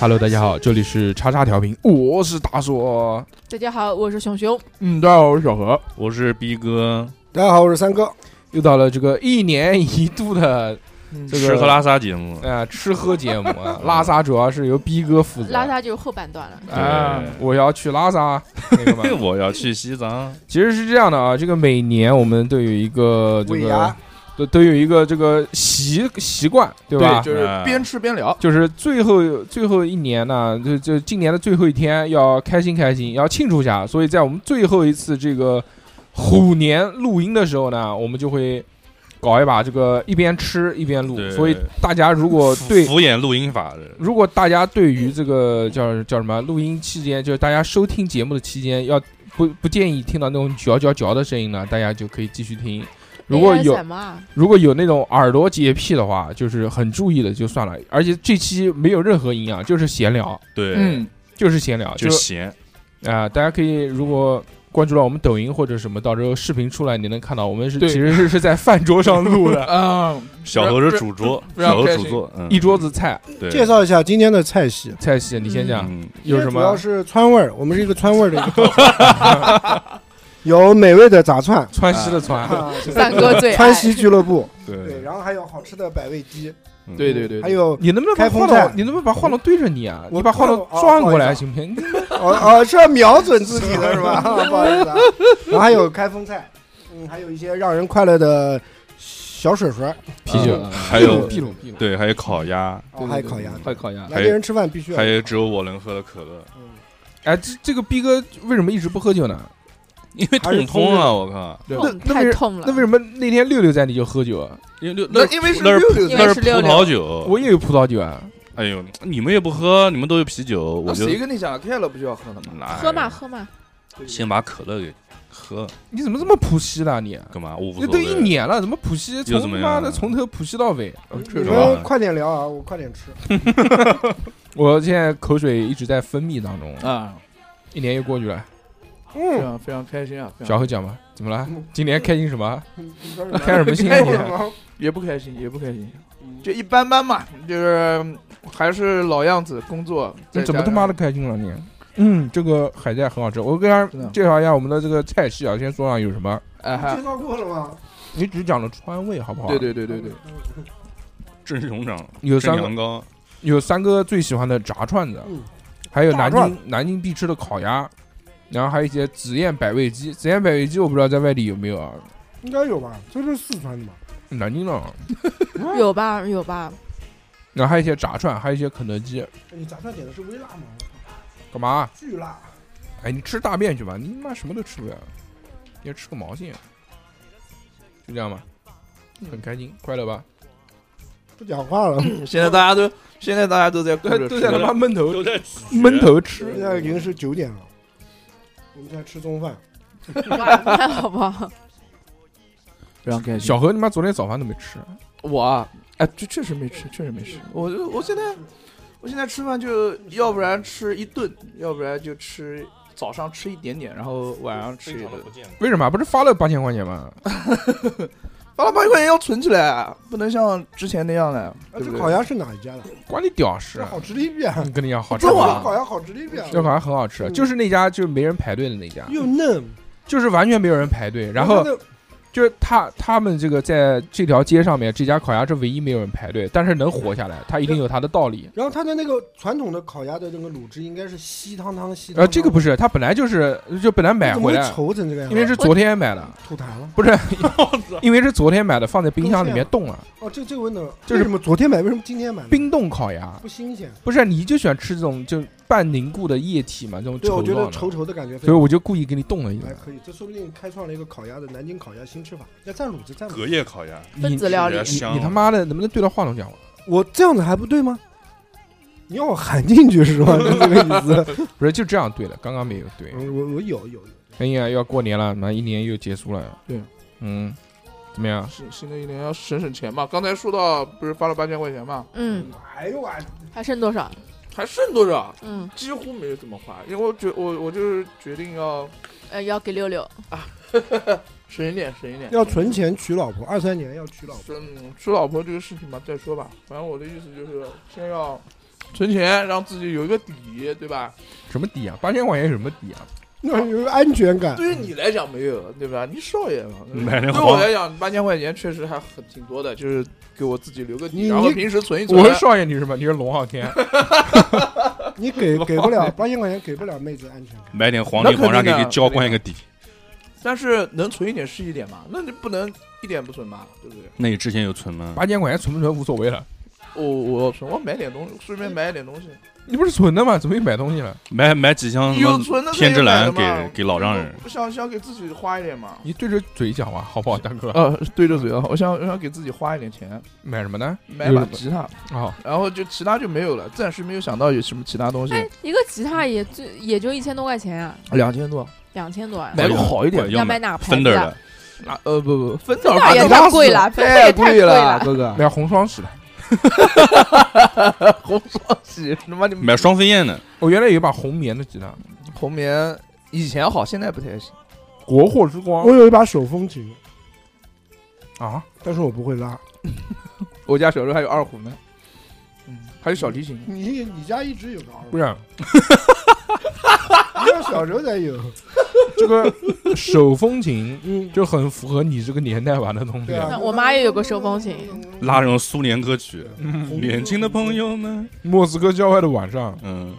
Hello，大家好，这里是叉叉调频，我是大硕。大家好，我是熊熊。嗯，大家好，我是小何。我是逼哥，大家好，我是三哥。又到了这个一年一度的这个嗯吃喝拉撒节目，呃吃喝节目啊， 拉萨主要是由逼哥负责。拉萨就是后半段了，啊对，我要去拉萨那 个嘛。我要去西藏，其实是这样的啊，这个每年我们都有一个这尾个牙，都都有一个这个习习惯，对吧？嗯就是边吃边聊。就是最后最后一年呢，就就今年的最后一天要开心开心，要庆祝一下。所以在我们最后一次这个虎年录音的时候呢，我们就会搞一把这个一边吃一边录。对所以大家如果敷对敷衍录音法的，如果大家对于这个叫叫什么录音期间，就是大家收听节目的期间，要不不建议听到那种嚼嚼嚼的声音呢，大家就可以继续听。如果有什么啊？如果有那种耳朵洁癖的话，就是很注意的就算了。而且这期没有任何营养，就是闲聊，对，嗯，就是闲聊，就就闲，啊、大家可以如果。关注到我们抖音或者什么，到时候视频出来你能看到，我们是其对实是是在饭桌上录 的，啊，小何是主桌，不要小何开主心桌，嗯，一桌子菜。对介绍一下今天的菜系，蔡西，你先讲、嗯，有什主要么是川味儿，我们是一个川味儿的 一个套餐，有美味的炸串，川西的川， 啊三哥最爱川西俱乐部，对，对，然后还有好吃的百味鸡，嗯对对对，还有你能不能把开话封筒菜，你能不能把话筒对着你啊？我你把话筒哦哦转不过好意思来啊行不行？哦哦，是要瞄准自己的是 吧？啊不好意思啊。然后还有开封菜，嗯，还有一些让人快乐的小水水儿， 啤酒，还有秘鲁，秘鲁，对，还有烤鸭，哦还有烤鸭。还有烤鸭。南京人吃饭必须要还。有只有我能喝的可乐，嗯哎，这这个逼哥为什么一直不喝酒呢？哦因为还是痛风啊，我靠， 那痛那嗯太为痛了。那为什么那天六六在你就喝酒啊？因为那因为是那是六因那为是是葡六萄六，酒，我也有葡萄酒啊，哎呦，你们也不喝，你们都有啤酒，我就跟你讲了，开了不就要喝了？拿喝嘛，喝嘛，先把可乐给喝了，你怎么这么普西呢？你干嘛？我无这所都谓，一年了，啊怎么啊哦普西又从怎他么妈样的从头普西到尾？你是吧们快点聊啊，我快点 吃。我现在口水一直在分泌当中，啊，一年又过去了。非嗯，常非常开心啊！非常小何讲吧，怎么了？今年开心什么？你说什嗯么开什么心啊嗯开你什么也不开心，也不开心，就一般般嘛，就是还是老样子工作。你再怎么加他上妈的开心了你？嗯，这个海带很好吃，我给大真的家介绍一下我们的这个菜系啊，先说上有什么，哎介哈？绍过了吗？你只讲了川味好不好？对，对对对对，正熊掌，有正三羊个羔，有三哥最喜欢的炸串子，嗯还有南炸京南京必吃的烤鸭，然后还有一些紫燕百味鸡，紫燕百味鸡我不知道在外地有没有啊，应该有吧？这是四川的嘛？南京的，啊有吧有吧，然后还有一些炸串，还有一些肯德基，哎你炸串点的是微辣吗？干嘛？啊巨辣！哎，你吃大便去吧，你他妈什么都吃不了，你吃个毛线，就这样吧，嗯很开心，快乐 吧？不讲话了，嗯现在大家都现在大家都在 顾着都吃在他了妈闷头都在闷头吃啊现。在已经是九点了，我们在吃中饭。晚饭好不好？非常开心。小何他妈昨天早饭都没吃，我啊，哎，这确实没吃，确实没吃。我就我现在我现在吃饭就要不然吃一顿，要不然就吃早上吃一点点，然后晚上吃一顿。为什么？啊不是发了八千块钱吗？八了八千块钱要存起来啊，不能像之前那样了，啊，对不这对？烤鸭是哪一家的？关你屌事这啊！好吃的一遍。跟你讲哦好吃这这么吗啊？烤鸭好吃的一遍，这好像很好吃，嗯就是那家就是没人排队的那家，又嫩。就是完全没有人排队。然后就是他他们这个在这条街上面，这家烤鸭是唯一没有人排队，但是能活下来，他一定有他的道理。然后它的那个传统的烤鸭的那个卤汁应该是稀汤汤稀汤汤。呃，这个不是，他本来就是就本来买怎么回会来，稠成这个样子？因为是昨天买的，吐痰了。不是，因为是昨天买的，放在冰箱里面冻了，哦，这这个问的，就是为什么昨天买，为什么今天买呢？冰冻烤鸭。不新鲜。不是，啊你就喜欢吃这种就半凝固的液体嘛，这种对，我稠觉得哎状稠的，稠的感觉非所以常好。我就故意给你冻了一还个。可以，这说不定开创了一个烤鸭的南京烤鸭新吃法，要蘸卤汁蘸卤隔汁。夜烤鸭，你分子啊料理你你香啊你他妈的能不能对着话筒讲话？我这样子还不对吗？你要我含进去是吧？就这个意思。不是，就这样对的，刚刚没有对。嗯我我有有有，哎呀，要过年了，那一年又结束了。对，嗯，怎么样？新新的一年要省省钱嘛。刚才说到不是发了八千块钱嘛，嗯，哎呦啊，还剩多少？还剩多少？嗯，几乎没有怎么花，因为我决我我就是决定要呃，要给六六。省一点，省一点。要存钱娶老婆，二三年要娶老婆。嗯，娶老婆这个事情嘛，再说吧。反正我的意思就是，先要存钱，让自己有一个底，对吧？什么底啊？八千块钱有什么底啊？那有安全感。对于你来讲没有，对吧？你少爷嘛，对吧买辆对我黄来讲，八千块钱确实还很挺多的，就是给我自己留个你底，然后你平时存一存。啊我是少爷，你是什么？你是龙傲 天，你给给不 了八千块钱，给不了妹子安全感。买点黄那历肯定黄沙给的你浇灌一个底。但是能存一点是一点嘛，那你不能一点不存嘛，对不对？那你之前有存吗？八千块钱存不存无所谓了。我我要存，我买点东西，随便买点东西。你不是存的吗？怎么又买东西了？买买几箱什有么存的才天之有买的蓝嘛给给老丈人，我想想给自己花一点嘛。你对着嘴讲吧，好不好，大哥？呃，对着嘴啊，我想我想给自己花一点钱，买什么呢？买把有什吉他，么哦，然后就其他就没有了，暂时没有想到有什么其他东西。哎，一个吉他也最也就一千多块钱啊，两千多，两千多啊。买个好一点管的要用买的哪个牌芬子德啊？的，啊呃不不，分芬道达阿也迪达太斯贵了，芬达也太贵贵哎了，了。哥 哥。买红双喜的。红双喜，他妈你买双飞燕的，我哦原来有一把红棉的吉他，红棉以前好，现在不太行。国货之光我有一把手风琴，啊！但是我不会拉。我家小时候还有二胡呢，嗯，还有小提琴。你你家一直有个二不是胡，小时候才 有。这个手风琴嗯，就很符合你这个年代玩的东西对。啊。我妈也有个手风琴拉这种苏联歌曲。嗯，年轻的朋友们，莫斯科郊外的晚上，嗯，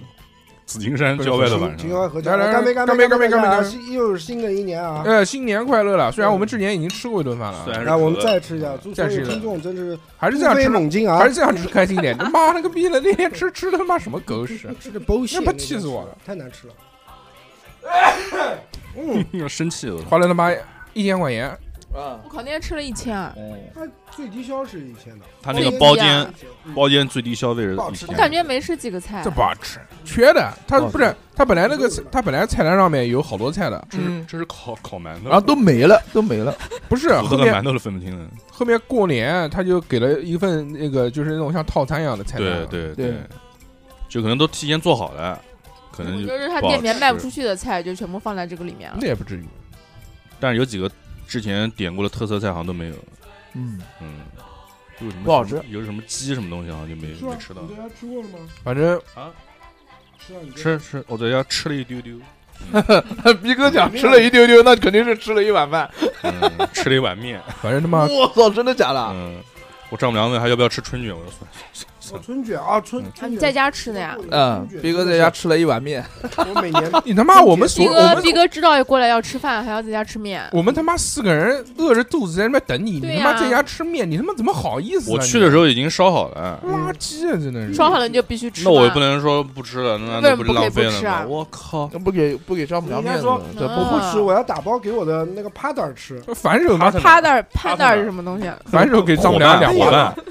紫金山嗯郊外的晚秦上，啊淮河来来干杯干干杯干干杯干干杯杯！新又是新的一年啊！呃，新年快乐了！虽然我们之前已经吃过一顿饭虽了，然来，我们再吃 一下，祝所再吃一有下听众真是还是这突样飞吃，猛进啊！还是这样吃开心一点。 他妈了个逼了，那天吃吃他妈什么狗屎！吃的 bullshit，那不气死我了！太难吃了。生气了。嗯花了他妈一千块钱，啊我，靠，那天吃了一千啊二，它最低消是一千的，他那个不包一样嗯间，包间最低消费是不好一吃我千，感觉没吃几个菜啊这。不好吃，缺的。他不好吃不是他本来那个菜他本来菜单上面有好多菜的，这是嗯这是烤烤馒头，然后啊都没了，都没了。不 是我后喝个面馒头都分不清了。后面过年他就给了一份那个就是那种像套餐一样的菜对单，，对对，就可能都提前做好了，可能就就是他不好店里面卖不吃出去的菜，就全部放在这个里面了。啊那也不至于。但是有几个之前点过的特色菜好像都没有，嗯，嗯，有什么不好吃，有什么鸡什么东西好像就没是吧啊没吃到你。在家吃过了吗？反正吃啊，你在吃吃，我在家吃了一丢 丢，逼哥讲吃了一丢丢，那肯定是吃了一碗饭。嗯吃了一碗面，反正他妈我操，真的假啊的？嗯，我丈母娘问还要不要吃春卷，我说算了哦春卷啊，春嗯啊春你卷在家吃的呀？嗯，逼哥在家，吃了一碗面，我 每年你他妈我们所逼我哥，们逼哥知道过来要吃饭，还要在家吃面。我们他妈四个人饿着肚子在那边等你，对你呀他妈在家吃面，你他妈怎么好意思啊？我去的时候已经烧好了。候垃圾啊，真的是。烧好了你就必须吃嘛。那我也不能说不吃了，那那是为什么不可以浪不费了吃吗？啊我靠，不给不给丈母娘面子你应，这我不不嗯吃，我要打包给我的那个 partner 吃。反手嘛，趴那儿，趴那儿是什么东西？啊反手给丈母娘两伙巴掌。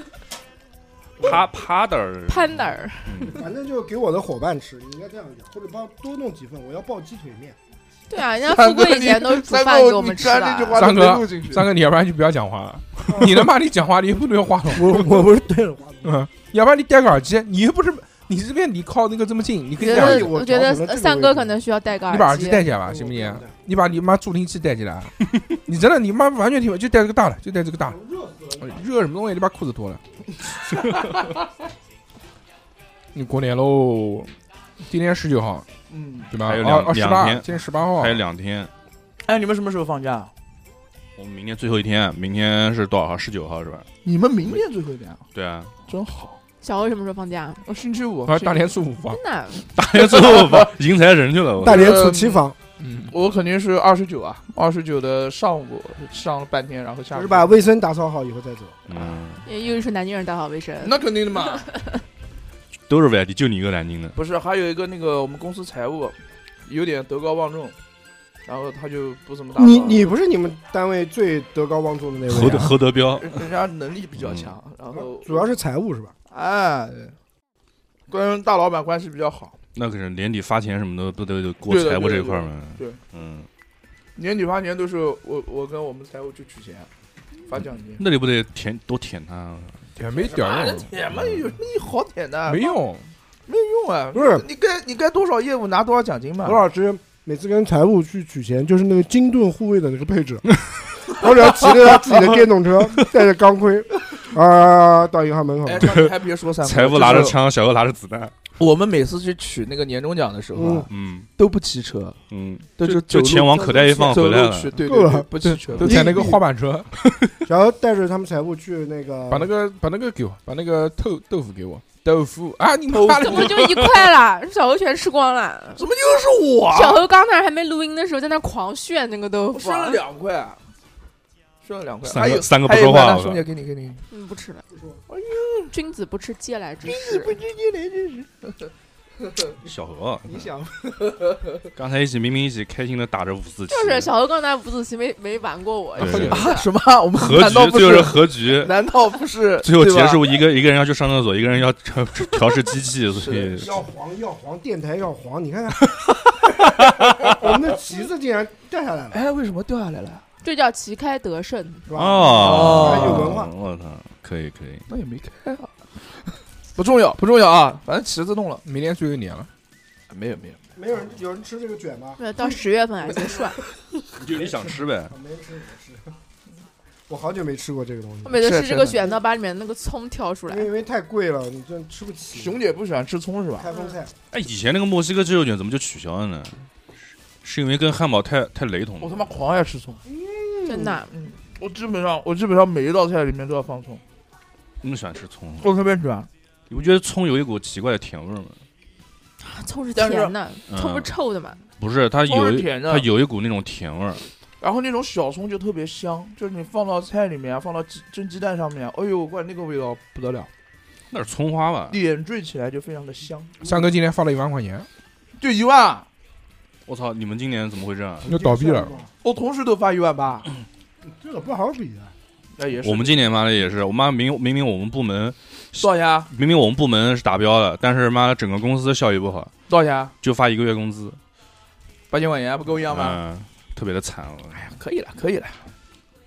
伴，啪啪的 儿，潘那儿，嗯反正就给我的伙伴吃，你应该这样讲，或者帮多弄几份，我要爆鸡腿面。对啊，人家富贵以前都是煮饭给我们吃三哥你居然这句的。啊话都没三哥录进去三哥，你要不然就不要讲话了，哦你他妈你讲话你又不对话筒， 我我不是对着话筒，嗯，要不然你戴个耳机，你又不是你这边你靠那个这么近，你我可以觉戴耳机得，我我觉找不到这得个三位哥置可能需要戴个你把耳耳机戴起来啊吧，行不行？你把你妈助听器带起来，你真的你妈完全听不就带这个大的，就带这个大的，哎热什么东西？你把裤子脱了。 你过年喽，今天十九号嗯，对吧？还有二两二十两八，天今天十八号还有，两天，哎，你们什么时候放假？我们明天最后一天，啊明天是多少号？十九号是吧？你们明天最后一天啊，对 啊，真好。小欧什么时候放假？我哦星期五好像大年，初五啊放真。的，大年最后把迎财神去了，我大连储气房，嗯，我肯定是二十九啊，二十九的上午上了半天，然后下就午是把卫生打扫好以后再走。嗯，又是南京人打扫卫生。 那肯定的嘛。都是外地，就你一个南京的，不是，还有一个那个我们公司财务有点德高望重，然后他就不怎么打扫。你你不是你们单位最德高望重的那何位德啊，何德彪，人人家能力比较强，嗯然后主要是财务是吧？哎，跟大老板关系比较好。那可是年底发钱什么的不都得过对的财务对这的一块儿嘛？对的对，嗯，年底发钱都是我我跟我们财务去取钱，发奖 金。那你不得舔多舔他？啊也没点儿那 用，舔嘛，有什么好舔的？没用。用啊！不是你该你该多少业务拿多少奖金嘛罗？老师每次跟财务去取钱，就是那个金盾护卫的那个 配置，我只要骑着他自己的电动车，戴着钢盔，啊、到银行门 口哎，，上你还别说三哥，财务拿着就是枪，小哥拿着子弹，我们每次去取那个年终奖的时候啊，嗯都不骑车，嗯，都就走就路钱往口袋一放走回路来了，去，对够对了对，不骑车都，踩那个滑板车，然后带着他们财务去那个哦把那个把那个给我，把那个豆豆腐给我，豆腐啊！你妈怎的，么就一块了？小猴全吃光了。怎么又是我？ 小猴刚那儿还没录音的时候，在那儿狂炫那个豆我腐啊剩，了两块，剩了两块，哎三还个有三个不还有说一块话，呢我靠兄弟给你给你，哎嗯，不吃了。嗯君子不吃嗟来之不食。知 你来这 是，小何，你 想刚才一起明明一起开心的打着五四七，就是小猴刚才吴子棋没没玩过我，对是不啊是？什么？我们和难道局，不最后是和局，难道不 是？最后对吧结束一个一个人要去上厕所，一个人要调 试机器，所以要黄要黄，电台要黄，你 看看， 我们的旗子竟然掉下来了，哎，为什么掉下来了？这叫旗开得胜。是吧？哦有文化我操，可以可以，那也没开啊，不重要，不重要啊，反正旗子弄了，明年最后一年了，没有没有，没有人有人吃这个卷吗？嗯没有到十月份还结 算，你就你想吃呗啊，，没人吃，我吃。我好久没吃过这个东西我，每次是吃这个是卷子，把里面那个葱挑出来因为。因为太贵了，你这吃不起。熊姐不喜欢吃葱是吧？开封菜， 哎，以前那个墨西哥鸡肉卷怎么就取消了呢？是因为跟汉堡太太雷同了。我他妈狂爱吃葱，真的，嗯，我基本上我基本上每一道菜里面都要放葱，那么喜欢吃葱，我特别啊喜欢。你不觉得葱有一股奇怪的甜味儿吗？葱是但是甜的，嗯葱不是臭的嘛？不是，它葱有是一甜的它有一股那种甜味儿。然后那种小葱就特别香，就是你放到菜里面啊，放到鸡蒸鸡蛋上面啊，哎呦，怪那个味道不得了，那是葱花吧？点缀起来就非常的哎香。三哥今天发了一万块钱，就一万啊，我操！你们今年怎么会这样？那倒闭了。我同事都发一万八，这个不好比啊！那也是。我们今年妈的也是，我妈明明明我们部门赵霞，明明我们部门是达标了，但是妈的整个公司效益不好，赵霞，就发一个月工资，啊八千块钱不够一样吗？嗯，特别的惨了。可以了，可以了。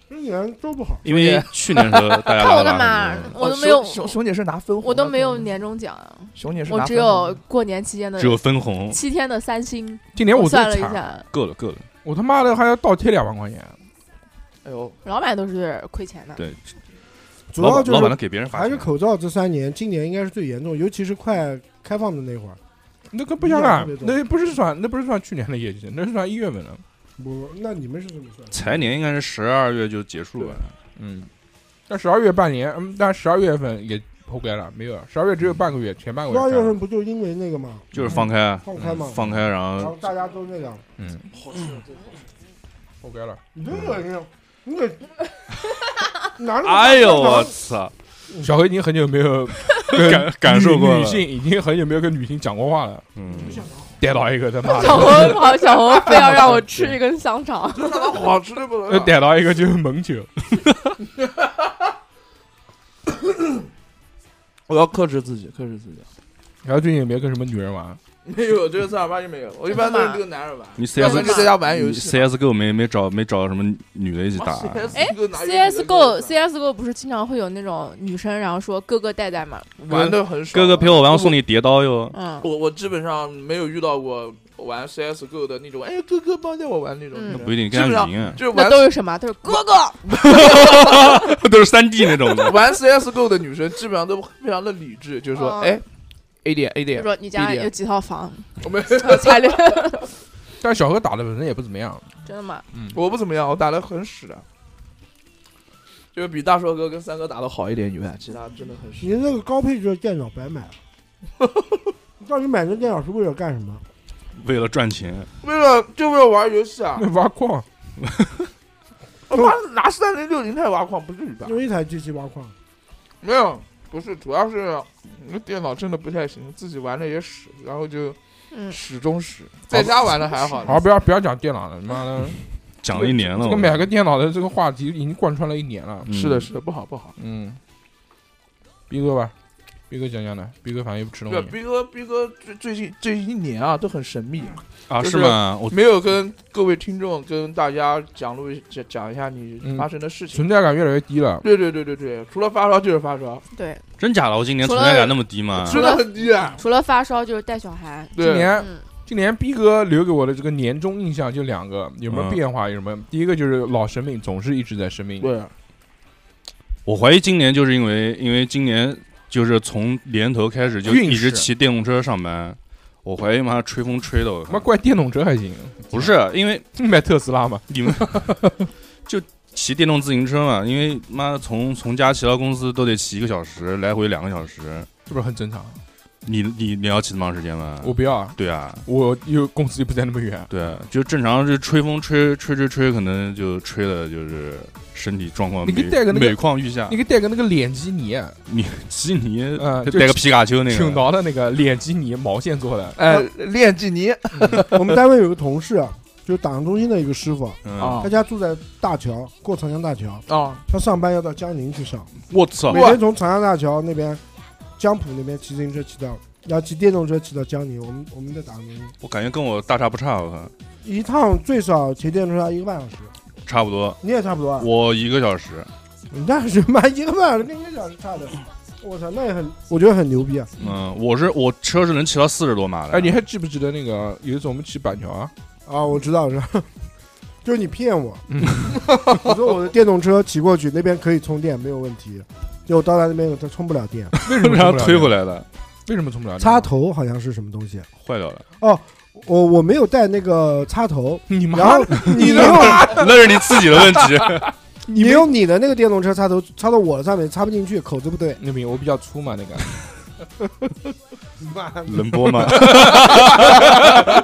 这年都不好，啊因为去年的时候大家看我来干嘛？我都没有哦，熊熊熊姐是拿分红的，我都没有年终奖，熊姐是拿我分红的只有过年期间的只有分红，七天的三星。今 年我最算了一惨，下，够了够了。我他妈的还要倒贴两万块钱，哎呦，老板都是亏钱的。对，主老要板就老板他是给别人发还是钱，口罩这三年，今年应该是最严重，尤其是快开放的那会儿。那个不相干一样特别，多那不是算那不是算去年的业绩，那是算一月份的。不，那你们是怎么算？财年应该是十二月就结束了。嗯，但十二月半年，嗯，但十二月份也破开了，没有，十二月只有半个月，前半个十二月月干了。份不就因为那个嘛，就是放开，放开嘛嗯放开，然然后后大家都那个，嗯，破开了。你这个人，你 得拿着。哎呦我操，小黑已经很久没有跟感感受过了女女性，已经很久没有跟女性讲过话了。嗯，逮到一个他妈小 的，猴好，小猴非要让我吃一根香肠，好吃的不得呃了。逮到一个就是萌球。我要克制自己，克制 自己。然后最近也没有跟什么女人玩，没有，哎这个正儿八经没有，我一般都是跟男人玩。你要 CS 么就在家玩游戏。 CSGO 没没找没找什么女的一起打，哎 CSGO CSGO 不是经常会有那种女生，然后说哥哥带带嘛，玩的很少。哥哥陪我玩，我送你。你碟刀哟。嗯，我我基本上没有遇到过玩 CSGO 的那种，哎，哥哥帮带我玩那种。嗯那种不一定基跟本他啊上语音，就是啊那玩都是什么？都是哥哥， 都是三 D 那种的。 玩 CSGO 的女生基本上都非常的理智，就是说，哦哎，A 点 A 就点，说你家弟弟有几套房，我们才六，但小何打的本身也不怎么样。真的吗？嗯，我不怎么样，我打的很屎的，就是比大硕哥跟三哥打的好一点以外，其他真的很你屎。这个高配置的电脑白买了。 你到底买这电脑是为了干什么？为了赚钱，为了就为了玩游戏啊，那 挖矿，我妈拿三零六零钛挖矿不至于啊吧？用一台机器挖矿， 没有，不是，主要是那电脑真的不太行，自己玩的也屎，然后就嗯，屎中屎，在家玩的还好。好，不要不要讲电脑了，妈的，嗯讲了一年 了。这个买个电脑的这个话题已经贯穿了一年了。嗯是的，是的，不好不好。嗯，逼哥吧，逼哥讲讲来，逼哥反正也不吃东对，西。逼哥，逼哥最最近这一年啊都很神秘，啊，就是是吗？我没有跟各位听众跟大家讲录讲讲一下你嗯发生的事情。存在感越来越低了，对对对对对，除了发烧就是发烧，对，真假的？我今年除存了在感那么低吗？真的很低啊。除了发烧就是带小孩，今对，年嗯，今年逼哥留给我的这个年终印象就两个，有没有嗯变化？有什么？第一个就是老生病，总是一直在生病。对，我怀疑今年就是因为因为今年就是从年头开始就运势一直骑电动车上班。我怀疑妈吹风吹的，我他妈怪电动车还行， 不是因为买特斯拉嘛？你们就骑电动自行车嘛，因为妈从从家骑到公司都得骑一个小时，来回两个小时。这不是很正常？嗯你你你要骑那么长时间吗？我不要，啊，对啊，我又公司又不在那么远，对啊，就正常就吹风吹吹吹吹，可能就吹的就是身体状况你可以每带个那个每况愈下你。可以带个那个脸基尼，你基尼嗯就带个皮卡丘那挺个，挠的那个脸基尼，毛线做的，哎，练基尼我们单位有个同事啊，就是党政中心的一个师傅啊，嗯，啊他家住在大桥，过长江大桥，啊，他上班要到江宁去上，我操每，天从长江大桥那边、江浦那边骑自行车骑到，然后骑电动车骑到江宁。我们我们的党政中心我感觉跟我大差不差，我靠，一趟最少骑电动车要一个半小时，差不多，你也差不多啊？我一个小时，你那是妈一个半小时跟一个小时差的，我操，那也很，我觉得很牛逼啊！嗯，我是我车是能骑到四十多码的， 哎，你还记不记得那个有一次我们去板桥啊？啊，我知道，我知道， 就是你骗我，嗯我说我的电动车骑过去那边可以充电，没有问题。结果到达那边以后，它充不了电，为什么然后推回来？来的，啊为什么充不了？啊插，头好像是什么东西，坏掉了，我我没有带那个插头，你然妈后！你用那是你自己的问题。你用你的那个电动车插头插到我的上面，插不进去，口子不对。那边我比较粗嘛，那个能播 吗？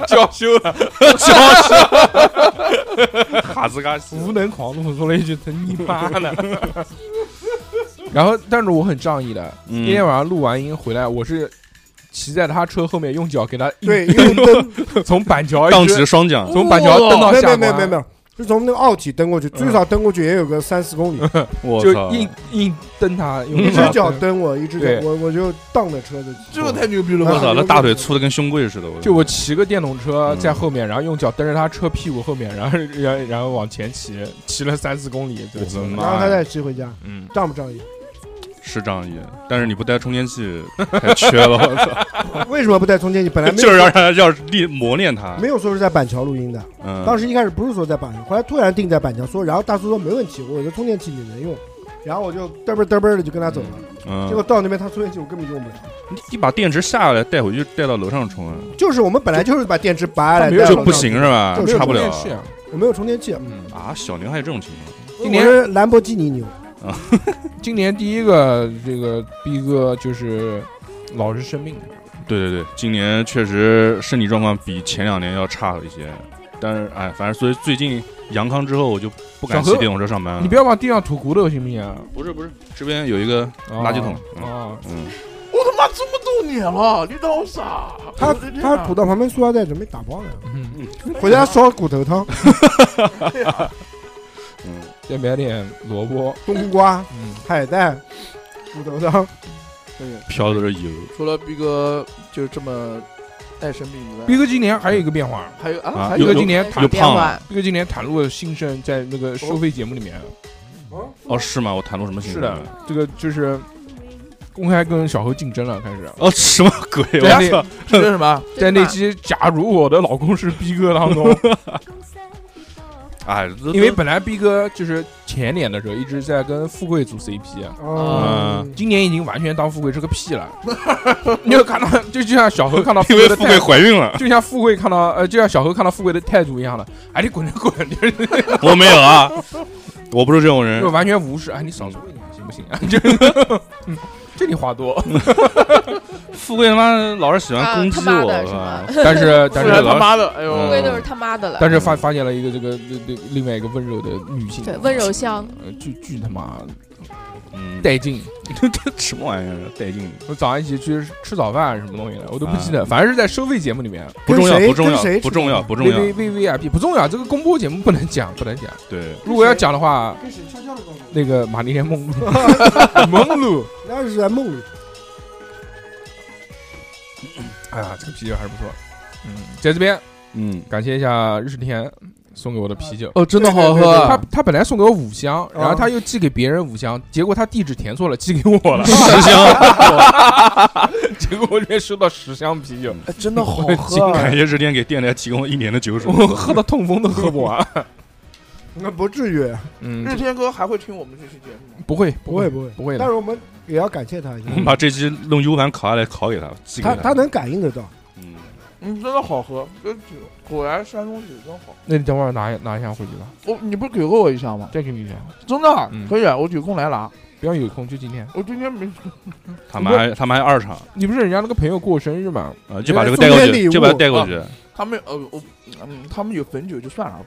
娇羞了， 哈斯嘎西无能狂怒，说了一句“他你妈的”， 然后但是我很仗义的，嗯那天晚上录完音回来，我是骑在他车后面，用脚给他一 对，用 灯，从板桥荡一起直了双桨，从板桥蹬到没有没下有没有没有没关，有，是从那个奥体蹬过去，最少蹬过去也有个三四公里，我就操！硬硬蹬他，用一力只脚蹬我，一只嗯对脚我我就荡着车子骑，这个太牛逼了我吧！操，那大腿粗的跟胸柜似的，我就我骑个电动车嗯在后面，然后用脚蹬着他车屁股后面， 然后然后然后往前骑，骑了三四公里，对我的妈然后他再骑回家，嗯，仗不仗义？是仗义，但是你不带充电器太缺了，我操！为什么不带充电器？本来没就是有让他要练磨练他。没有说是在板桥录音的，嗯，当时一开始不是说在板桥，后来突然定在板桥说，然后大叔说没问题，我的充电器你能用，然后我就嘚啵嘚啵的就跟他走了，嗯结果到那边他充电器我根本用不了。你你把电池下来带回去，带到楼上充啊，就是我们本来就是把电池拔下来没有带就到不上行去是吧就？是差不了充电器啊我没有充电器，嗯，啊！小牛还有这种情况，今今年年是兰博基尼牛，今年第一个这个逼哥就是老是生病，对对对，今年确实身体状况比前两年要差了一些，但是哎，反正所以最近阳康之后，我就不敢小骑何电动车上班了。你不要往地上吐骨头行不行啊？不是不是，这边有一个啊垃圾桶啊，嗯，我他妈这么多年了，你当我傻？他我的天啊他吐到旁边塑料袋准备打包呢，嗯，回家烧骨头汤、嗯，再买点萝卜，冬瓜、嗯，海带、骨头汤。飘的是油。除了逼哥就这么爱生病以外，逼哥今年还有一个变化，还有啊啊，还逼有哥有今年有袒，变化，逼哥今年袒露了心声，在那个收费节目里面，哦，是吗？我袒露什么新闻？是的，这个就是公开跟小何竞争了，开始。哦，什么鬼？对啊我操！竞争什么？在那期《假如我的老公是逼哥》当 中，哎，这因为本来逼哥就是前年的时候一直在跟富贵组 CP，啊哦嗯，今年已经完全当富贵是个屁 了。你有看到，就就像小何看到富因贵为的富贵态度，怀孕 了，就像富贵看到呃，就像小何看到富贵的态度一样的，哎，你滚就滚，就是我没有啊，我不是这种人就。完全无视，哎，你少说一点行不行 啊？就是嗯这你话 多， 富贵他妈老是喜欢啊攻击他妈我的，是是吧吗？但是但不然是 老他师妈的，哎嗯呦，贵都是他妈的了，但是发发现了一个这个这这另外一个温柔的女性，对，温柔乡，呃，巨巨他妈嗯， 带劲。什么玩意儿带劲？我早上一起去吃早饭什么东西的，我都不记得，反正是在收费节目里面不跟重要，谁啊不重跟要，谁不重要，不重，V 要。 V V V I P 不重要，这个公播节目不能讲，不能讲。对，如果要讲的话，跟谁悄悄的沟通？那个玛丽莲梦露，梦露，那是在梦里。哎呀，这个啤酒还是不错。嗯，在这边 嗯，，感谢一下日天送给我的啤酒。哦，真的好喝对对对他啊，他本来送给我五箱，然后他又寄给别人五箱，结果他地址填错了，寄给我了十箱，结果我这边收到十箱啤酒，哎真的好我喝啊。 感谢日天给电台提供一年的酒水。我喝到痛风都喝不完。那不至于，日嗯，天哥还会听我们这期节目吗？不会不会不会不会但的，嗯是我们也要感谢他一下我，嗯们把这期弄 U 盘拷下来，拷给他，寄给他他能感应得到，嗯，嗯，真的好喝，这酒果然山东酒真好。那你等会儿拿拿一下回去吧，我哦你不是给过我一箱吗？再给你一下，真的啊嗯可以，我有空来拿。不要有空就今天。我今天没他们还他们还二厂你不是人家那个朋友过生日吗？啊，就把这个带过呃送点去，礼物啊就把它带过去。他们呃我嗯，他们有汾酒就算了吧。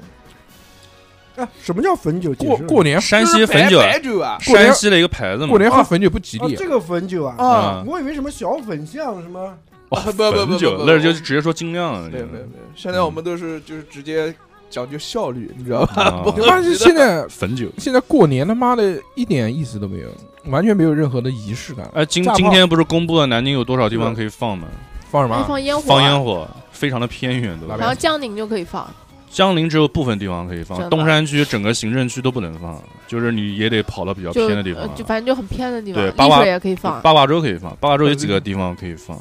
哎，什么叫汾酒？过解释过年山西汾酒，就是白白酒啊，过年山西的一个牌子嘛过，年喝汾酒不吉啊利，这个汾酒啊，啊，嗯我以为什么小粉象什么，哦不不不汾不酒不，那就直接说精酿了。没有没有没有，现在我们都是就是直接讲究效率，你知道吧？ 啊他妈是现在汾酒。现在过年他妈的一点意思都没有，完全没有任何的仪式感。哎，今炸炮今天不是公布了南京有多少地方可以放吗？放什然么？后啊放啊烟火，啊放烟火，啊非常的偏远，对哪然边吧后？江宁就可以放，江陵只有部分地方可以放真，的东山区整个行政区都不能放，就是你也得跑到比较就偏的地方啊呃。就反正就很偏的地对方，八丽卦水也可以放，八卦洲可以放，八卦洲有几个地方可以放，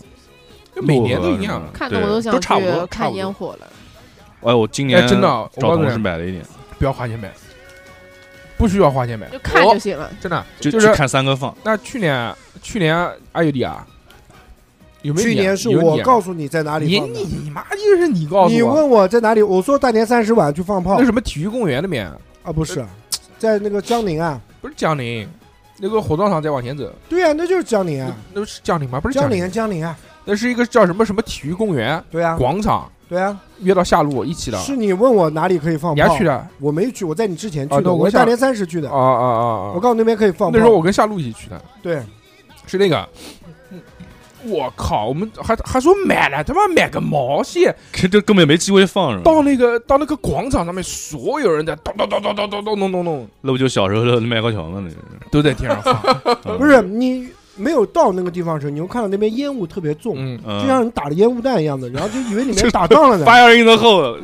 每年都一样漠河什么的看的我都想对差不多去看。差烟不火多了。哎，我今哎，年真的，我找告诉同事你，买了一点，不要花钱买，不需要花钱哦买，就看就行了，真的就就是去看三哥放。那去年去年阿尤迪啊，有没有去你啊？年是有我你啊告诉你在哪里你放的，你你妈就是你告你诉我，问我在哪里，我说大年三十晚去放炮那什么体育公园那边啊，不是，呃在那个江宁啊，不是江宁，那个火葬场再往前走，对啊，那就是江宁啊，那是江宁吗？不是江宁，宁江宁啊，那是一个叫什么什么体育公园对啊广场，对啊，约到下路一起的，是你问我哪里可以放你还炮去，的？我没去，我在你之前啊去那的，我我是想大年三十去的啊，啊啊我告诉那边可以放炮，那时候我跟夏露一起去的，对，是那个。我靠！我们还还说买了，他妈买个毛线！这这根本没机会放，是吧？到那个到那个广场上面，所有人在咚咚咚咚咚咚咚咚咚咚，那不就小时候的麦高桥吗？那是都在天上 放。嗯不是你没有到那个地方的时候，你会看到那边烟雾特别重。嗯，就嗯像你打了烟雾弹一样的，然后就以为里面打仗了呢， ，Fire in the hole，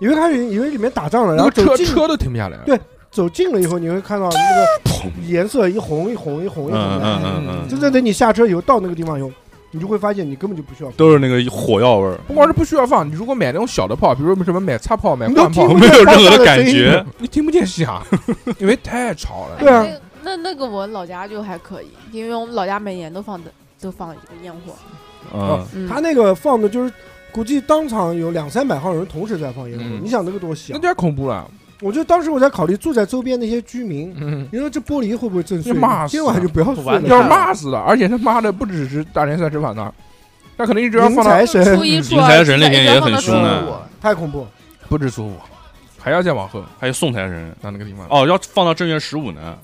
以为开始以为里面打仗了，然那后个走车近车都停不下来。对走近了以后，你会看到那个砰！颜色一红一红一红一红嗯的。嗯嗯嗯，真正等你下车以后到那个地方以后，你就会发现你根本就不需要，都是那个火药味儿，不光是不需要放，你如果买那种小的炮，比如说什么买擦炮、买你都罐炮听，不没见有爆任炸何的的感声音觉。 你听不见响，因为太吵了。对啊那哎那那个我老家就还可以，因为我们老家每年都放的都放一个烟火，嗯，嗯，他那个放的就是。估计当场有两三百号人同时在放烟火，嗯你想那个多那响？太恐怖了。我就当时我在考虑住在周边那些居民，嗯，你说这玻璃会不会震碎？那骂死今晚就不要睡完了，了要是骂死的，而且他妈的不只是大年三十晚上，他可能一直要迎放到财神初一初迎二嗯财神那天也很凶的的，太恐怖，不止初五，还要再往后，还有送财神到那个地方。哦，要放到正月十五呢。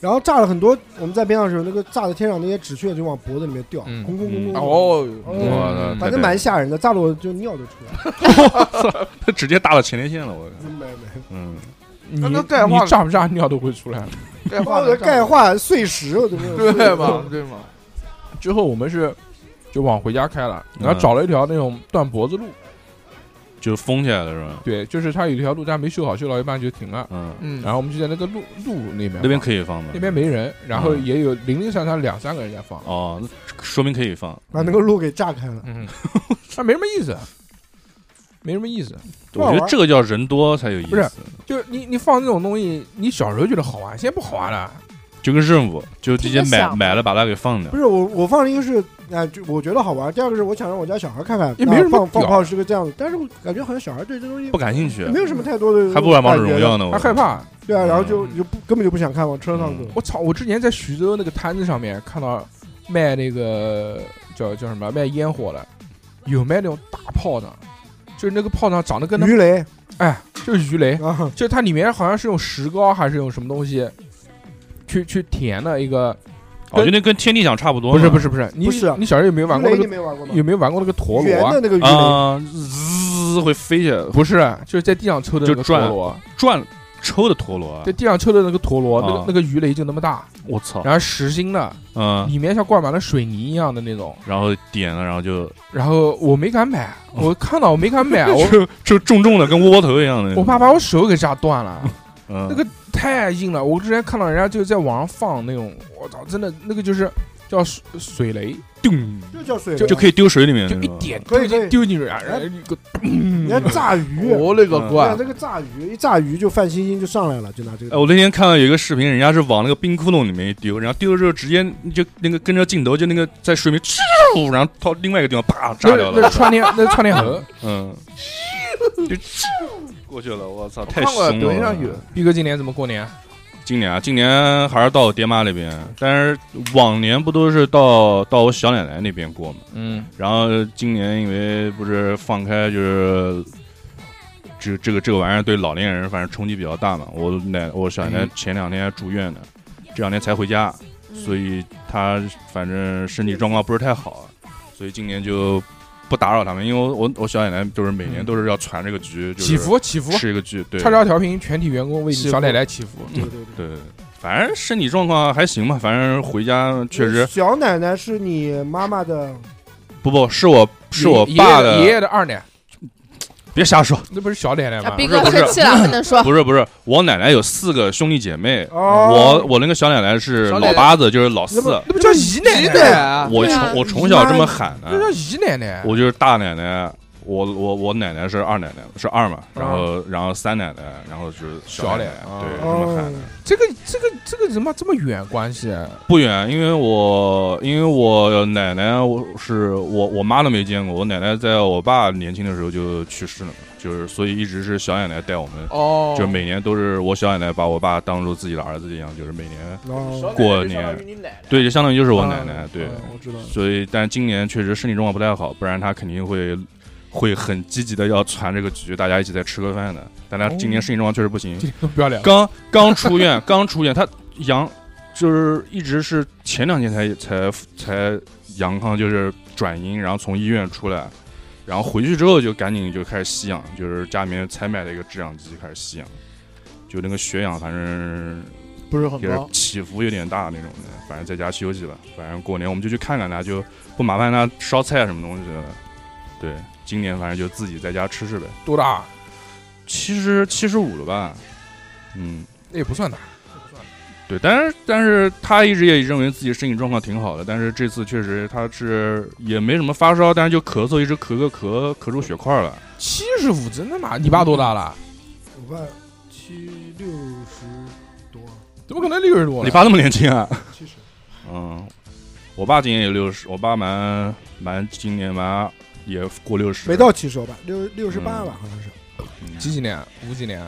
然后炸了很多，我们在边上的时候，那个炸的天上那些纸屑就往脖子里面掉，嗯空空嗯空空，哦，哦我反正蛮吓人的，炸的我就尿都出 来了。他 直接打到前列腺了，我靠没没，嗯，你那都钙化你了炸不炸尿都会出来。钙把化我的能钙上化碎石，我都没有碎 对过 嘛？对嘛？之后我们是就往回家开了，嗯然后找了一条那种断脖子路，就封起来了是吧？对，就是它有一条路，但没修好，修到一半就停了。嗯，嗯，然后我们就在那个路路那边，那边可以放吗？那边没人，然后嗯也有零零散散两三个人在放，哦，那说明可以放。把那个路给炸开了。嗯，那没什么意思，啊没什么意思。我觉得这个叫人多才有意不是思，就是你你放这种东西，你小时候觉得好玩，现在不好玩了。就跟任务，就直接听着买响买了把它给放掉不。是我，我放了一个是啊，就我觉得好玩。第二个是我想让我家小孩看看，也没什么啊放放屌炮是个这样子，但是我感觉好像小孩对这东西不感兴趣，啊没有什么太多的，还不玩王者荣耀。呢，我他害。怕。对啊，然后就嗯就不根本就不想看，往车上走嗯。我操！我之前在徐州那个摊子上面看到卖那个叫叫什么卖烟火的，有卖那种大炮仗，就是那个炮仗长得跟那鱼雷哎，就是鱼雷，啊，就是它里面好像是用石膏啊还是用什么东西去去填的一个，我哦觉得那跟天地响差不多嘛。不是不是不是，你不是啊你小时候有没有玩鱼过雷那你个没玩过吗？有没有玩过那个陀螺圆啊的？那个鱼雷，啊，滋会飞起来，不是，就是在地上抽的那就个转啊陀螺，转抽的陀螺啊在。地上抽的那个陀螺，那啊个那个鱼雷就那么大，我操！然后实心的，嗯，里面像灌满了水泥一样的那种。然后点了，然后就然后我没敢买，我看到我没敢买，哎 我就就重重的跟窝窝头一样的。嗯我怕把我手给炸断了，那那个太硬了。我之前看到人家就在网上放那种，我操，真的那个就是叫水水雷，咚就叫水就雷，就可以丢水里面，就一是吧点可丢以进可以丢进去啊，哎然后一个你看 炸鱼，我勒个对啊乖，这！个炸鱼一炸鱼就范星星就上来了，就拿这哎，个。我那天看到有一个视频，人家是往那个冰窟窿里面一丢，然后丢了之后直接就那个跟着镜头就那个在水里面咻，然后到另外一个地方啪炸掉那那了，串天那串天河，嗯，就过去了，我操，太看过凶抖音上有了。，毕哥今年怎么过年啊？今年啊，今年还是到我爹妈那边，但是往年不都是到到我小奶奶那边过嘛？嗯，然后今年因为不是放开就是。这这个这个玩意儿对老年人反正冲击比较大嘛，我奶我小奶奶嗯前两天还住院呢，这两天才回家，所以以他反正身体状况不是太好，所以今年就不打扰他们，因为我我我小奶奶就是每年嗯都是要传这个局，就是祈福祈福，吃一个局，对，叉烧调频全体员工为你祈福小奶奶祈福。对对对，对对，对反正身体状况还行吧，反正回家确实小奶奶是你妈妈的，不不是我是我爷爸爷的，爷爷的二奶，别瞎说，那不是小奶奶啊，吗？斌不是哥不是 生气了，不能说。不是不是，我奶奶有四个兄弟姐妹，哦我我那个小奶奶是小奶老奶八子，就是老四那，么那不叫姨奶鸡奶，蛋啊，我对啊从我从小这么喊的，那叫姨奶奶。我就是大奶奶，我我我奶奶是二奶奶，是二嘛，然后、然后三奶奶，然后是小奶奶，小奶奶对，这哦么喊的。这个这个这个怎么这么远关系啊？不远，因为我因为我奶奶我是我我妈都没见过，我奶奶在我爸年轻的时候就去世了嘛，就是所以一直是小奶奶带我们，哦，就每年都是我小奶奶把我爸当做自己的儿子一样，就是每年哦，过年对，就相当于就是我奶奶、啊对，啊我知道了。所以但今年确实身体状况不太好，不然她肯定会。会很积极的要传这个局，大家一起再吃个饭的。但她今年身体状况确实不 行，这个不要聊。刚刚出院，刚出院，他阳就是一直是前两天才才才阳康，就是转阴，然后从医院出来，然后回去之后就赶紧就开始吸氧，就是家里面才买了一个制氧机开始吸氧，就那个血氧反正不是很也是哦高，起伏有点大那种的，反正在家休息吧，反正过年我们就去看看他，就不麻烦他烧菜啊什么东西的，对，今年反正就自己在家吃吃呗，多大？七十七十五了吧，嗯。那也不算大。对，但是但是他一直也认为自己身体状况挺好的，但是这次确实他是也没什么发烧，但是就咳嗽，一直咳个咳咳出血块了。七十五，真的吗？你爸多大了？我爸七六十多，怎么可能六十多你呢？爸那么年轻 啊？七十，嗯，我爸今年也六十，我爸蛮蛮今年蛮也过六十，没到七十吧，六六十八吧，好像是嗯几几年？五几年？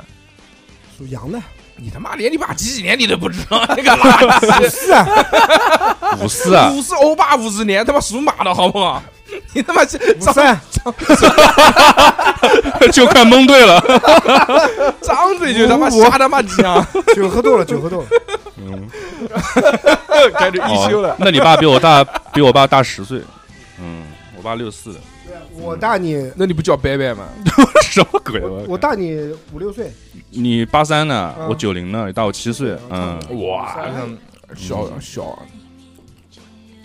属羊 的，你他妈连你爸几几年你都不知道，那个垃圾！，是啊，五四啊五四欧巴五四年，他妈属马的好不好？ 你他妈是五张三， 就快蒙对了。张嘴就他妈瞎他妈啊讲，酒喝多了，酒喝多了，嗯，开始一休了。哦那你爸比我大，比我爸大十岁。嗯，我爸六四的，啊我大你，那你不叫伯伯吗？ 什么鬼？啊我我大你五六岁，你八三的，嗯我九零的，你大我七岁。嗯，哇嗯，小小，